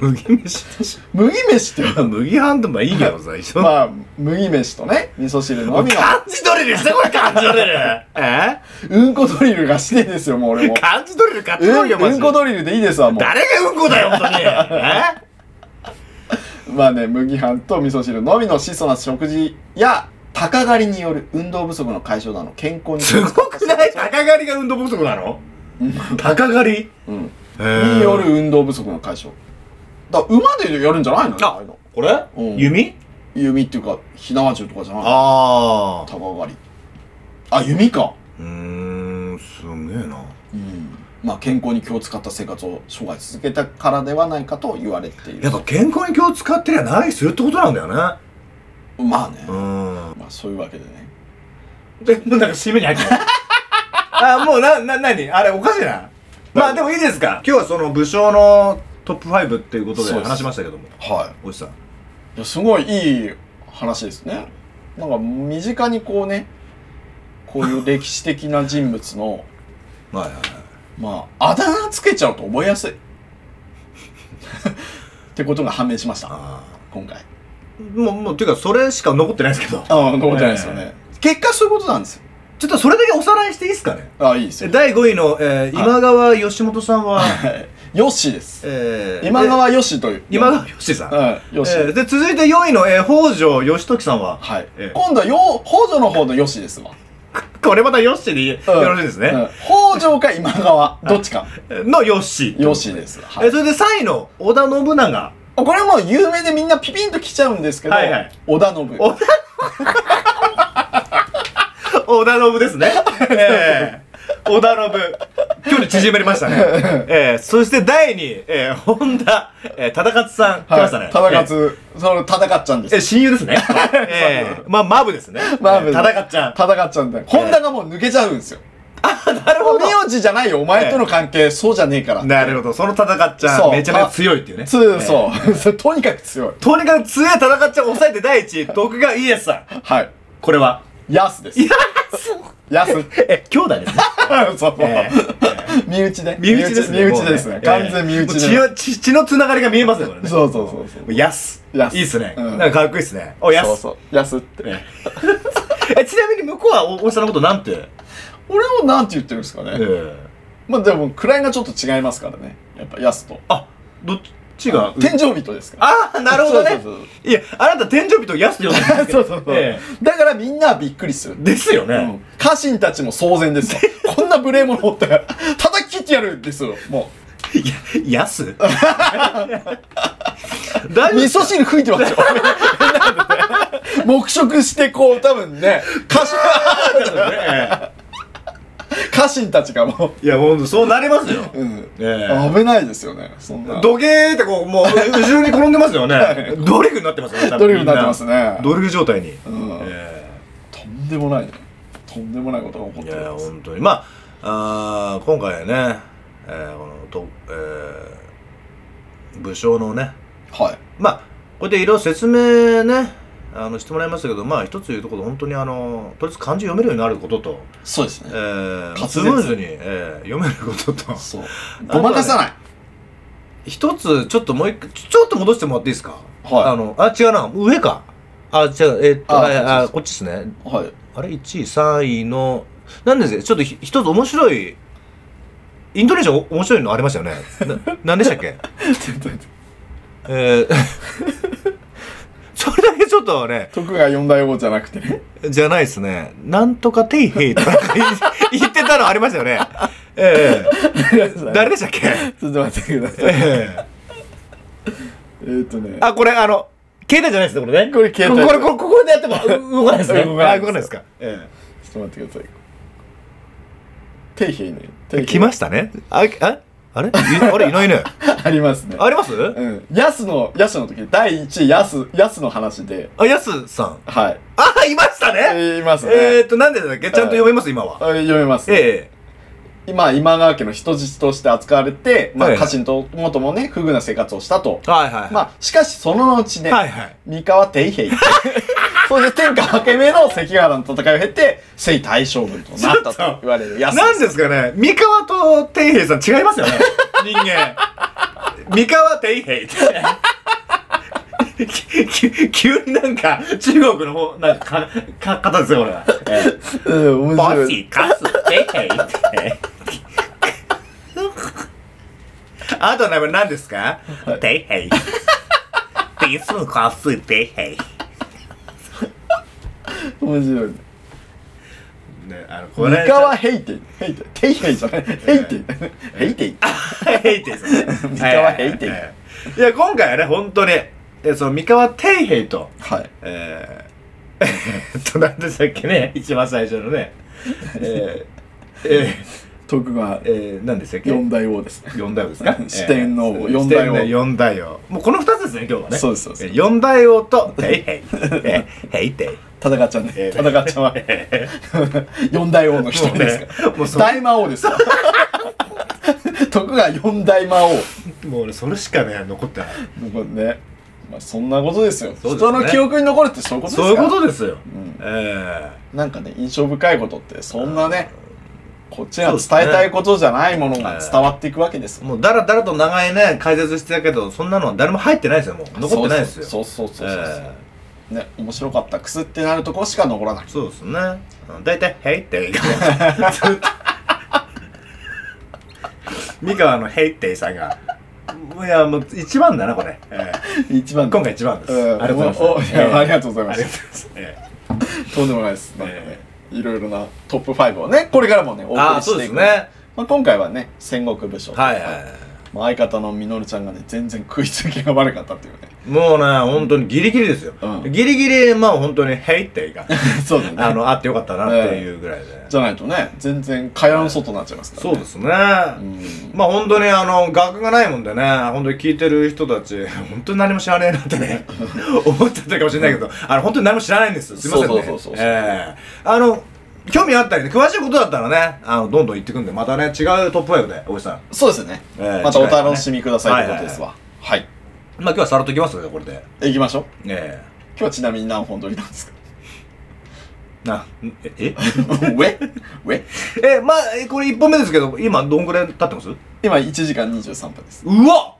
S2: 麦飯でし
S3: 麦飯って言わな
S2: ょ
S3: い
S2: 麦飯でもいいけどさ一緒
S3: まあ麦飯とね味噌汁の
S2: 漢
S3: みの
S2: 字ドリルしてこれ漢字ドリル え
S3: うんこドリルがしてですよもう俺も
S2: 漢字ドリル買ってこ
S3: う
S2: い
S3: ん
S2: よマ
S3: う
S2: ジ
S3: ん
S2: で
S3: こドリルでいいですわも
S2: 誰がうんこだよ 本当にえ
S3: うまあね麦飯と味噌汁のみの質素な食事や鷹狩りによる運動不足の解消など健康に
S2: すごくない鷹狩りが運動不足なの鷹狩り
S3: うん
S2: え
S3: による運動不足の解消だから馬でやるんじゃないの
S2: あ
S3: ああいうの
S2: これ
S3: うん
S2: 弓
S3: 弓っていうか火縄銃とかじゃない
S2: ああ
S3: 鷹狩りあ弓か
S2: うーんすげえな
S3: うんまあ、健康に気を使った生活を生涯続けたからではないかと言われている
S2: やっぱ健康に気を使ってりゃ長生きするってことなんだよね
S3: まあね、
S2: うん
S3: まあ、そういうわけでね
S2: でもうなんか締めに入ってる あもうなな何あれおかしいなまあでもいいですか今日はその武将のトップ5っていうことで
S3: そうです
S2: 話しましたけども
S3: は
S2: おじさん
S3: いやすごいいい話ですねなんか身近にこうねこういう歴史的な人物の
S2: はいはいはい
S3: まああだ名つけちゃうと覚えやすい ってことが判明しました
S2: あ
S3: 今回
S2: ーもうもうっていうかそれしか残ってないですけど
S3: ああ残ってないですよね、結果そういうことなんですよ
S2: ちょっとそれだけおさらいしていいですかね
S3: ああいいですよ
S2: 第5位の、えー
S3: はい
S2: 今川義元さん は、
S3: はいよしです
S2: えー
S3: 今川よしという
S2: で今川義さん、
S3: はいよし、
S2: えーで続いて4位の、えー北条義時さんは、
S3: はい。
S2: ええ
S3: 今度はよ、北条の方のよしですわ。
S2: これまたヨッシーでいいよ
S3: うん
S2: ろしいです
S3: うん
S2: ね、
S3: 北条か 今川、どっちか。
S2: のヨッシー
S3: よしです。は
S2: え
S3: い
S2: ー。それで3位の織田信 長
S3: これもう有名でみんなピピンと来ちゃうんですけど、
S2: はいはい
S3: 織田信。
S2: 織織田信です ねえー織田信距離縮まりま したね、えーそして第2位、えー、本田、えー、忠勝さん来ましたね、
S3: はい。戦勝、その戦っちゃうんで
S2: えー
S3: す。
S2: 親友 ですね。えー、まあ、マブですね。
S3: マブ
S2: えー戦っちゃう。
S3: 戦っちゃうんだよ。本田がもう抜けちゃうんですよ。
S2: なるほど。
S3: 名字じゃないよ、お前との関係、そうじゃねえか ら。
S2: なるほど。その戦っちゃ
S3: そう
S2: う。めちゃめちゃ強いっていうね。
S3: つそう。それ とにかく強い。
S2: とにかく強い戦っちゃう抑えて第一位、徳川家康さん。
S3: はい。
S2: これは。
S3: ヤスです。ヤス
S2: え、兄弟ですね。
S3: そう。
S2: えー
S3: 身内で。
S2: 身内ですね。
S3: 身内ですね。
S2: もう
S3: 完全身内で。
S2: えーもう血を血血のつながりが見えますね、これね。
S3: そうそうそうそう。
S2: う。やす。いい
S3: 安
S2: っすね。
S3: うん
S2: なんかかっこいいっすね。お、や
S3: そう
S2: す。
S3: そう。安って。
S2: えーえ、ちなみに向こうはおおじさんのことなんて。
S3: 俺もなんて言ってるんですかね。
S2: えー
S3: まあでも、位がちょっと違いますからね。やっぱ安と。
S2: あ、どっちが。
S3: 天井人ですから。
S2: ああ、なるほどね
S3: そう。そう
S2: いや、あなた天井人をやすって呼んでますけ
S3: そう。
S2: ど。
S3: そうそうそう
S2: え
S3: だからみんなはびっくりする。
S2: えですよね。
S3: うん家臣たちも騒然ですよ。こんな無礼者おって、叩き切ってやるんですよ。も
S2: いや、やす 大
S3: う。
S2: 丈夫
S3: 味
S2: です
S3: 噌汁吹い てますよ。みんなでね黙食してこう、多分ね、家 臣、
S2: かね
S3: 家臣たちがも
S2: いや、ほんとそうなります よ。
S3: う、うん。
S2: ええ
S3: 危ないですよね。そんな。
S2: 土下ってこう、もう、後ろに転んでますよね。ドリフになってますよね。多分
S3: ドリフになってますね
S2: みんなドリフ状態に。
S3: ん
S2: え
S3: とんでもないね。とんでもないことが起こっ
S2: えい
S3: てる
S2: や、
S3: んです。
S2: 本当に。まあ、あー今回ね、えーこの、と、えー武将のね、
S3: はい。
S2: まあ、これでいろいろ説明ね、あの、してもらいましたけど、まあ、一つ言うところ、本当にあの、とりあえず漢字読めるようになることと、
S3: そうですね。
S2: えー、
S3: 滑舌
S2: スムーズに、えー読めることと、
S3: そう。ごまかさない。
S2: 一つ、ちょっともう一回、ちょちょっと戻してもらっていいですか
S3: はい
S2: あの、あ、違うな、上か。あ、違う、えーっと、
S3: あ
S2: ああ
S3: そ
S2: こっちですね。
S3: はい。
S2: あれ、1位、3位の、なんですよ、ちょっとひ一つ面白い、イントネーションお面白いのありましたよね。な、 なんでしたっけ
S3: ちょっと待って
S2: えー、 それだけちょっとね、
S3: 徳川四大王じゃなくてね。
S2: じゃないですね。なんとかていへいとか言ってたのありましたよね。ええ 誰でしたっけ
S3: ちょっと待ってください。
S2: ええ
S3: えーっとね。
S2: あ、これあの、携帯じゃないですね、これね。
S3: これ携帯
S2: これ、これ、ここでやっても う動かないですね。
S3: 動かない
S2: あ動かないですか。え
S3: ちょっと待ってください。底辺ね。
S2: え来ましたね。あ、ああれいあれいないね。
S3: ありますね。
S2: あります
S3: うん。ヤスの、ヤスの時、第1位ヤス、ヤスの話で、
S2: あ、やすさん。
S3: はい。
S2: あ、いましたね
S3: 言いますね。
S2: えーっと、なんでだっけちゃんと読めます今は。
S3: あ読めます、
S2: え
S3: 今、今川家の人質として扱われて、まあ、
S2: はい
S3: 家臣ともともね、不遇な生活をしたと
S2: え。。はいはい。
S3: まあ、しかし、その後ね、
S2: はいはい。
S3: 三河定 平。そういう天下分け目の関ヶ原の戦いを経て、征大将軍となったと言われるヤス。
S2: なんですかね三河と天平さん違い ますよね人間。三河天平って。 きき急になんか中国の方、なんかか、か、方ですよ、これは。
S3: うん、面
S2: バ
S3: 白い。
S2: シカス天平って。 あとは何ですか天平。ビスカス天平。
S3: 面白い。
S2: ね、あの、これ
S3: 三河ヘイテイ。ヘイテイ。テイヘイじゃない。ヘイテイ。ヘイテイ。
S2: ヘイテイさんね。
S3: 三河ヘイテ イ
S2: ええいや、今回はね、本当に、えその三河テイヘイと、
S3: はい。
S2: えー、 えっと、何でしたっけね、一番最初のね、えー、え
S3: 徳川
S2: ー、えー、何でしたっけ
S3: 四大王ですね。
S2: 四大王ですか
S3: 四天王
S2: えー
S3: 四大王
S2: 四天四大王。もうこの二つですね、今日はね。
S3: そうですそうです
S2: えー四大王と、ヘイヘイ。えーヘイテイ。
S3: 戦っちゃんね。
S2: ええ
S3: 戦っちゃんは四大王の一人ですから。
S2: もうそ
S3: 大魔王 ですよ。徳川四大魔
S2: も
S3: 王。
S2: う俺それしかね、残ってない。
S3: ね。まあそんなことですよ。
S2: そうですね
S3: 人の記憶に残るってそういうことです
S2: そ
S3: か
S2: ういう
S3: ら
S2: ことですよ。
S3: うん
S2: えー
S3: なんかね、印象深いことって、そんなね、こっちが伝えたいことじゃないものが伝わっていくわけですよ。
S2: もうだらだらと長いね解説してたけどそんなのは誰も入ってないですよもう残ってないですよ
S3: そうそうそうそうそうそう
S2: え
S3: ね、面白かった、くすってなるとこしか残らない
S2: え。そうですねうん大体「ヘイテイ」がずっと三河の「ヘイテイ」さんがいやもう一番だなこれ、ええ
S3: 一番
S2: 今回一番です、
S3: うん
S2: ありがとうございます
S3: おおやあり
S2: え
S3: がとうござい
S2: え
S3: ま
S2: あ
S3: す
S2: りがとうございます、ええ
S3: とんでもないです。なんかね
S2: え、
S3: いろいろなトップ5をね、これからもね、お送
S2: あ
S3: り
S2: あそう
S3: して
S2: で
S3: い
S2: す
S3: く。
S2: ね
S3: まあ、今回はね、戦国武将。
S2: はいはいはい、
S3: まあ、相方のみのるちゃんがね、全然食いつきが悪かったっていうね。
S2: もうね本当にギリギリですよ、
S3: うん
S2: ギリギリまあ本当に「ヘイテイ が」
S3: そうだね。
S2: あのあってよかったなっていうぐらいで、
S3: じゃないとね、全然会話の外になっちゃいますから、
S2: そう
S3: ね。
S2: ですね、
S3: す。
S2: まあ本当にあの、学がないもんでね、本当に聞いてる人たち、本当に何も知らねえなってね、 思ってたかもしれないけど、あの、本当に何も知らないんですよ。すいませんね。
S3: そうそうそうそう
S2: ええあの、興味あったりね、詳しいことだったらね、あの、どんどん言ってくんで、またね、違うトップ5で、おじさん。
S3: そうですね。
S2: えー
S3: またお
S2: 次回はね
S3: 楽しみくださいということですわ。はい。
S2: まあ今日はさらっといきますよね、これで。
S3: 行きましょう。
S2: え
S3: 今日はちなみに何本撮りなんですか
S2: えな、え、え
S3: 上上
S2: え、まあ、えこれ1本目ですけど、今どんぐらい経ってますう
S3: 今1時間23分です。
S2: わ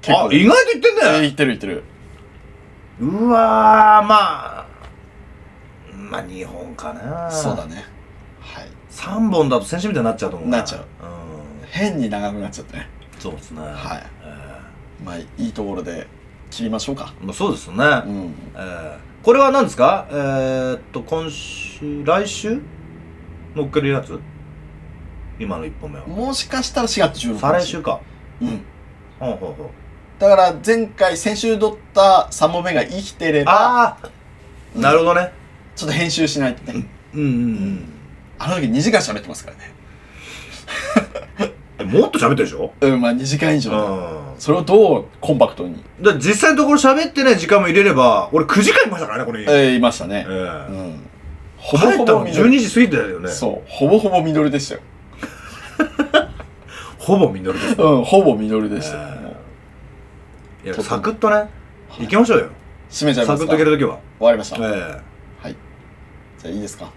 S3: 結
S2: あ、
S3: 構
S2: 意外と言ってん
S3: え
S2: だよ
S3: ー、いってるいってる。
S2: うわー、まあ、まあ日本かな
S3: そうだね。はい。
S2: 3本だと選手みたいになっちゃうと思う
S3: なっちゃう変に長くなっちゃってね。
S2: うんそうですね
S3: は。
S2: はい
S3: まあ、いいところで切りましょうか。
S2: まあ、そうですね、
S3: うん。
S2: えーこれは何ですかえー、っと今週来週乗っけるやつ今の1本目は
S3: もしかしたら4月16日。
S2: 再来週か
S3: うん。
S2: ほうほうほう
S3: だから前回、先週撮った3本目が生きてれば、
S2: ああ、
S3: うん
S2: なるほどね
S3: ちょっと編集しないとね。
S2: うんうん
S3: あの時2時間喋ってますからね。
S2: うんもっと喋ってるでしょ
S3: うん、まあ2時間以
S2: う
S3: 上だ。
S2: ん
S3: それをどうコンパクトに。
S2: だから実際のところ喋ってない時間も入れれば俺9時間いましたからねこれにえ
S3: えー、いましたね。う
S2: え
S3: ん。ほぼ
S2: 帰
S3: ほ
S2: った
S3: ぼ
S2: の
S3: 緑。
S2: 12時過ぎてたよね
S3: そう。ほぼほぼ緑でしたよ。
S2: ほぼ実るです
S3: うん、ほぼ緑でした
S2: え
S3: よ。
S2: ー
S3: もう
S2: いやサクッとね行きましょうよ
S3: 閉めちゃい
S2: サ
S3: ま
S2: ク
S3: す
S2: ッと
S3: か
S2: いけ
S3: 終
S2: るときは
S3: わりました。じゃ
S2: え
S3: あいいですか。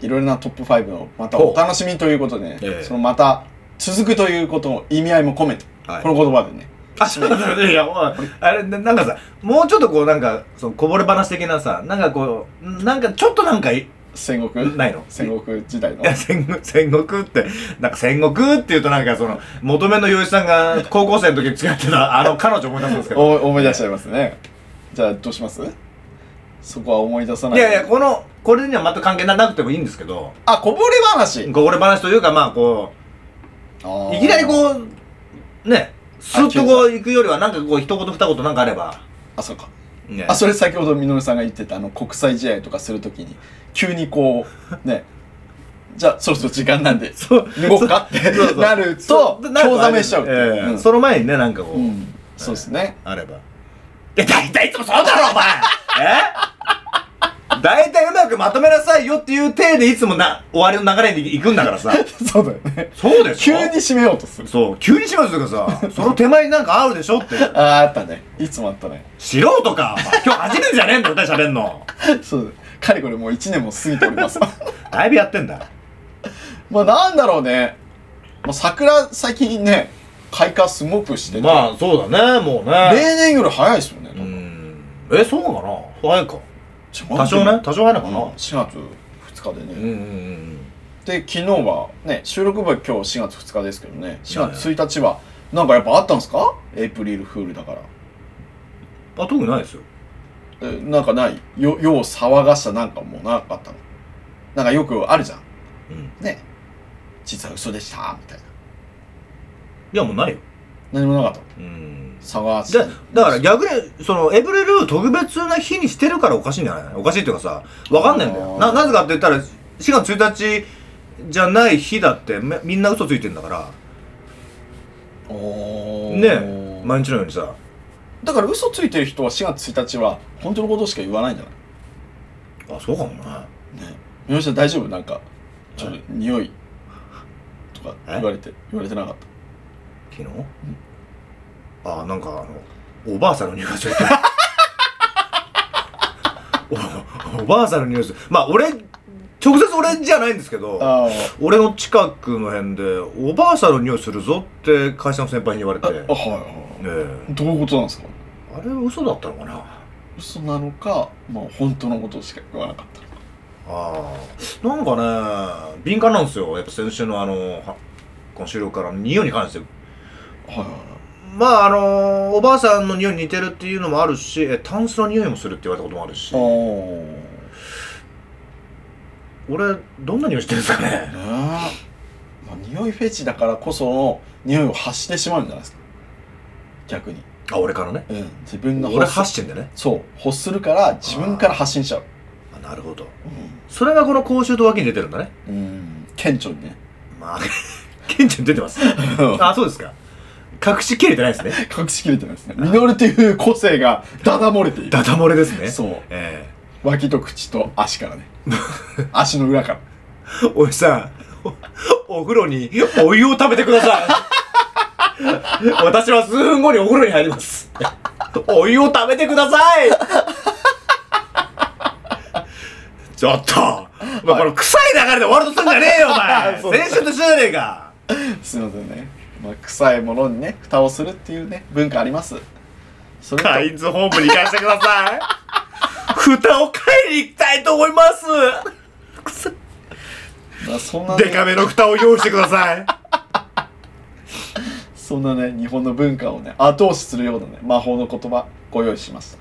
S3: いろいろなトップ5のまたお楽しみということでね、
S2: ええ
S3: そのまた続くということの意味合いも込めて、
S2: えはい
S3: この言葉でね。
S2: あそうだねいやおいあれななんかさもうちょっとこうなんかそのこぼれ話的なさなんかこうなんかちょっとなんかい
S3: 戦国
S2: ないの
S3: 戦国時代の
S2: い。や戦国戦国ってなんか戦国っていうとなんかその求めの洋一さんが高校生の時に付き合ってたあの彼女思い出すんですけど
S3: お思い出しちゃいますね。じゃあどうしますそこは思い出さないい。
S2: やいやこのこれには全く関係ななくてもいいんですけど
S3: あ、こぼれ話
S2: こぼれ話というかまあこういきなり
S3: う。
S2: こう、ね、スッとこう行くよりは、なんかこう、一言二言なんかあれば。
S3: あ、そうか。
S2: ね
S3: あそれ先ほどみのるさんが言ってたあの国際試合とかするときに急にこうねじゃあ、そろそろ時間なん で、
S2: そう
S3: 動こうかって
S2: そうそう
S3: なると、
S2: そうなる
S3: 興ざめしちゃうって
S2: ええ
S3: いう。うん
S2: その前にね、なんかこう、
S3: うんそうですね。
S2: あれば。え、大体いつもそうだろ、お前え大体うまくまとめなさいよっていう体でいつもな、終わりの流れに行くんだからさ。
S3: そうだよね。
S2: そうでし
S3: 急
S2: ょ
S3: に締めようとする。
S2: そう、急にしますというかさ、その手前になんかあるでしょって。
S3: ああ、あったね。いつもあったね。
S2: 素人か、 お前今日初めてじゃねえんだよ、歌喋んの。
S3: そうだね。かれこれもう1年も過ぎております。
S2: だいぶやってんだ。
S3: まあ、なんだろうね。もう桜、最近ね、開花スモープしてて、
S2: まあ、そうだね、もうね。
S3: 例年より早いですよね。
S2: うん。え、そうかな早いか。多
S3: 多
S2: 少ね、多少早いの
S3: う
S2: か
S3: ん
S2: な。
S3: 4月2日でね、
S2: うんうんうん。
S3: で昨日はね収録日は今日4月2日ですけどね4月1日はなんかやっぱあったんですかエイプリルフールだから
S2: あ、特にないですよ。
S3: えなんかないよよう騒がしたなんかもうなかったのなんかよくあるじゃん
S2: うん。
S3: ね実は嘘でしたみたいない
S2: や、もうないよ。
S3: 何もなかったの
S2: うん。
S3: 騒がし
S2: じゃだから逆にそのエブリルを特別な日にしてるからおかしいんじゃないおかしいっていうかさわかんないんだよ
S3: あ
S2: な
S3: ー
S2: なぜかって言ったら4月1日じゃない日だってめみんな嘘ついてんだから
S3: おー
S2: ねえ毎日のようにさ
S3: だから嘘ついてる人は4月1日は本当のことしか言わないんじゃない
S2: あそうかもな
S3: ねみのりさん大丈夫なんかちょっと匂いとか
S2: え
S3: 言われて言われてなかった
S2: 昨日あーなんかあのおばあさんの匂いがちょっと おおばあさんの匂いですまあ俺直接俺じゃないんですけど
S3: ああ
S2: 俺の近くの辺でおばあさんの匂いするぞって会社の先輩に言われて
S3: あはいはい
S2: ええ
S3: どういうことなんですか
S2: あれは嘘だったのかなあ
S3: 嘘なのかまあ本当のことしか言わなかったのか
S2: あなんかね敏感なんですよやっぱ先週のあのはこの収録からの匂いに関して
S3: はいはい
S2: まああのおばあさんの匂いに似てるっていうのもあるしえタンスの匂いもするって言われたこともあるし
S3: はい
S2: 俺どんな匂いしてるんですかね
S3: ああねえ、まあ、匂いフェチだからこその匂いを発してしまうんじゃないですか逆に、
S2: あ俺からね
S3: うん、自分が
S2: 俺
S3: 発
S2: 発してんだね
S3: そう発するから自分から発信しちゃう
S2: あなるほどそれがこの公衆と脇に出てるんだね
S3: うん、うん、顕著にね
S2: まあ 顕著に出て ますあそうですか隠しきれてないですね
S3: 隠しきれてないです ねミノルという個性がダダ漏れている
S2: ダダ漏れですね
S3: そう
S2: え
S3: 脇と口と足から ね足の裏から
S2: え おじさんおお風呂にお湯を食べてください 私は数分後にお風呂に入ります お湯を食べてください ちょっと、まあ、この臭い流れで終わろうとすんじゃねえよ お
S3: そう
S2: 前先週と一緒じゃねえか
S3: すいませんね、まあ、臭いものにね蓋をするっていうね文化ありますそれと
S2: カインズホームに行かせてください 蓋を買いに行きたいと思います
S3: まあ、そんな
S2: デカめ
S3: ね
S2: の蓋を用意してください
S3: そんなね日本の文化をね後押しするようなね魔法の言葉ご用意しまし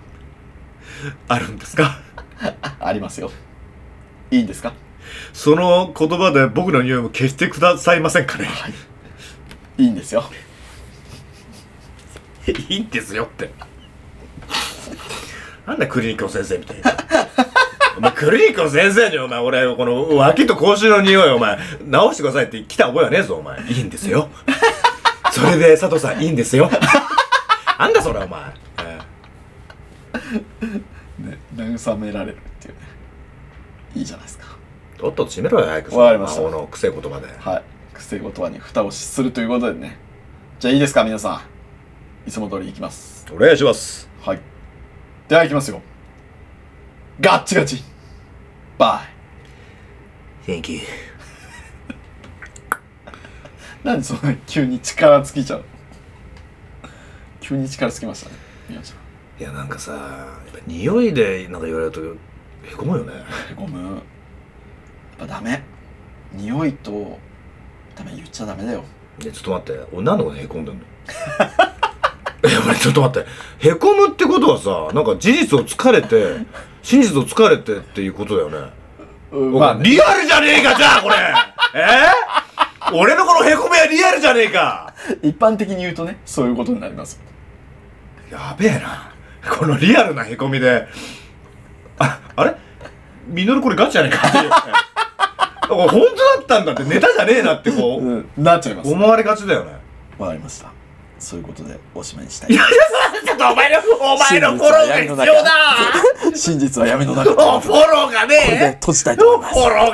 S2: あるんですか
S3: たありますよいいんですか
S2: その言葉で僕の匂いも消してくださいませんかね、
S3: いいんですよ
S2: い、いんですよってなんだクリニックの先生みたいなお前クリニックの先生にお前俺この脇と口臭の匂いお前直してくださいって来た覚えはねえぞお前いいんですよそれで佐藤さんいいんですよなんだそれお前、え
S3: ね慰められるっていうねいいじゃないですか
S2: えとっとと閉めろよ早く
S3: わかりました
S2: その魔法の癖言葉で
S3: はい癖言葉に蓋をするということでねじゃあいいですか皆さんいつも通りいきます
S2: お願いします
S3: はい。では、いきますよ。ガッチガチ。バ
S2: Thank you
S3: イ。なんでそんな急に力尽きちゃうの急に力尽きましたね。みなちゃ
S2: いやなんかさやっぱ匂いでなんか言われるとへこむよね
S3: ん。ごめん。やっぱダメ。匂いと、ダメ、言っちゃダメだよ。
S2: ねちょっと待って俺何のことへこんでんの え俺ちょっと待ってへこむってことはさなんか事実を疲れて真実を疲れてっていうことだよね
S3: うん
S2: まあ、リアルじゃねえかじゃあこれえー、俺のこのへこみはリアルじゃねえか
S3: 一般的に言うとね、そういうことになります。
S2: やべえなこのリアルなへこ みでああれミノルこれガチじゃねえかっていうあ本当だったんだってネタじゃねえなってこう
S3: うんなっちゃいます。
S2: 思われがちだよね
S3: わかりました。そういうことでおしまいにしたい。
S2: ちょっとお前のお
S3: 前のフォローが必要だ 真実は闇の中ということで
S2: ローが
S3: これで閉じたいと思います。
S2: ローがね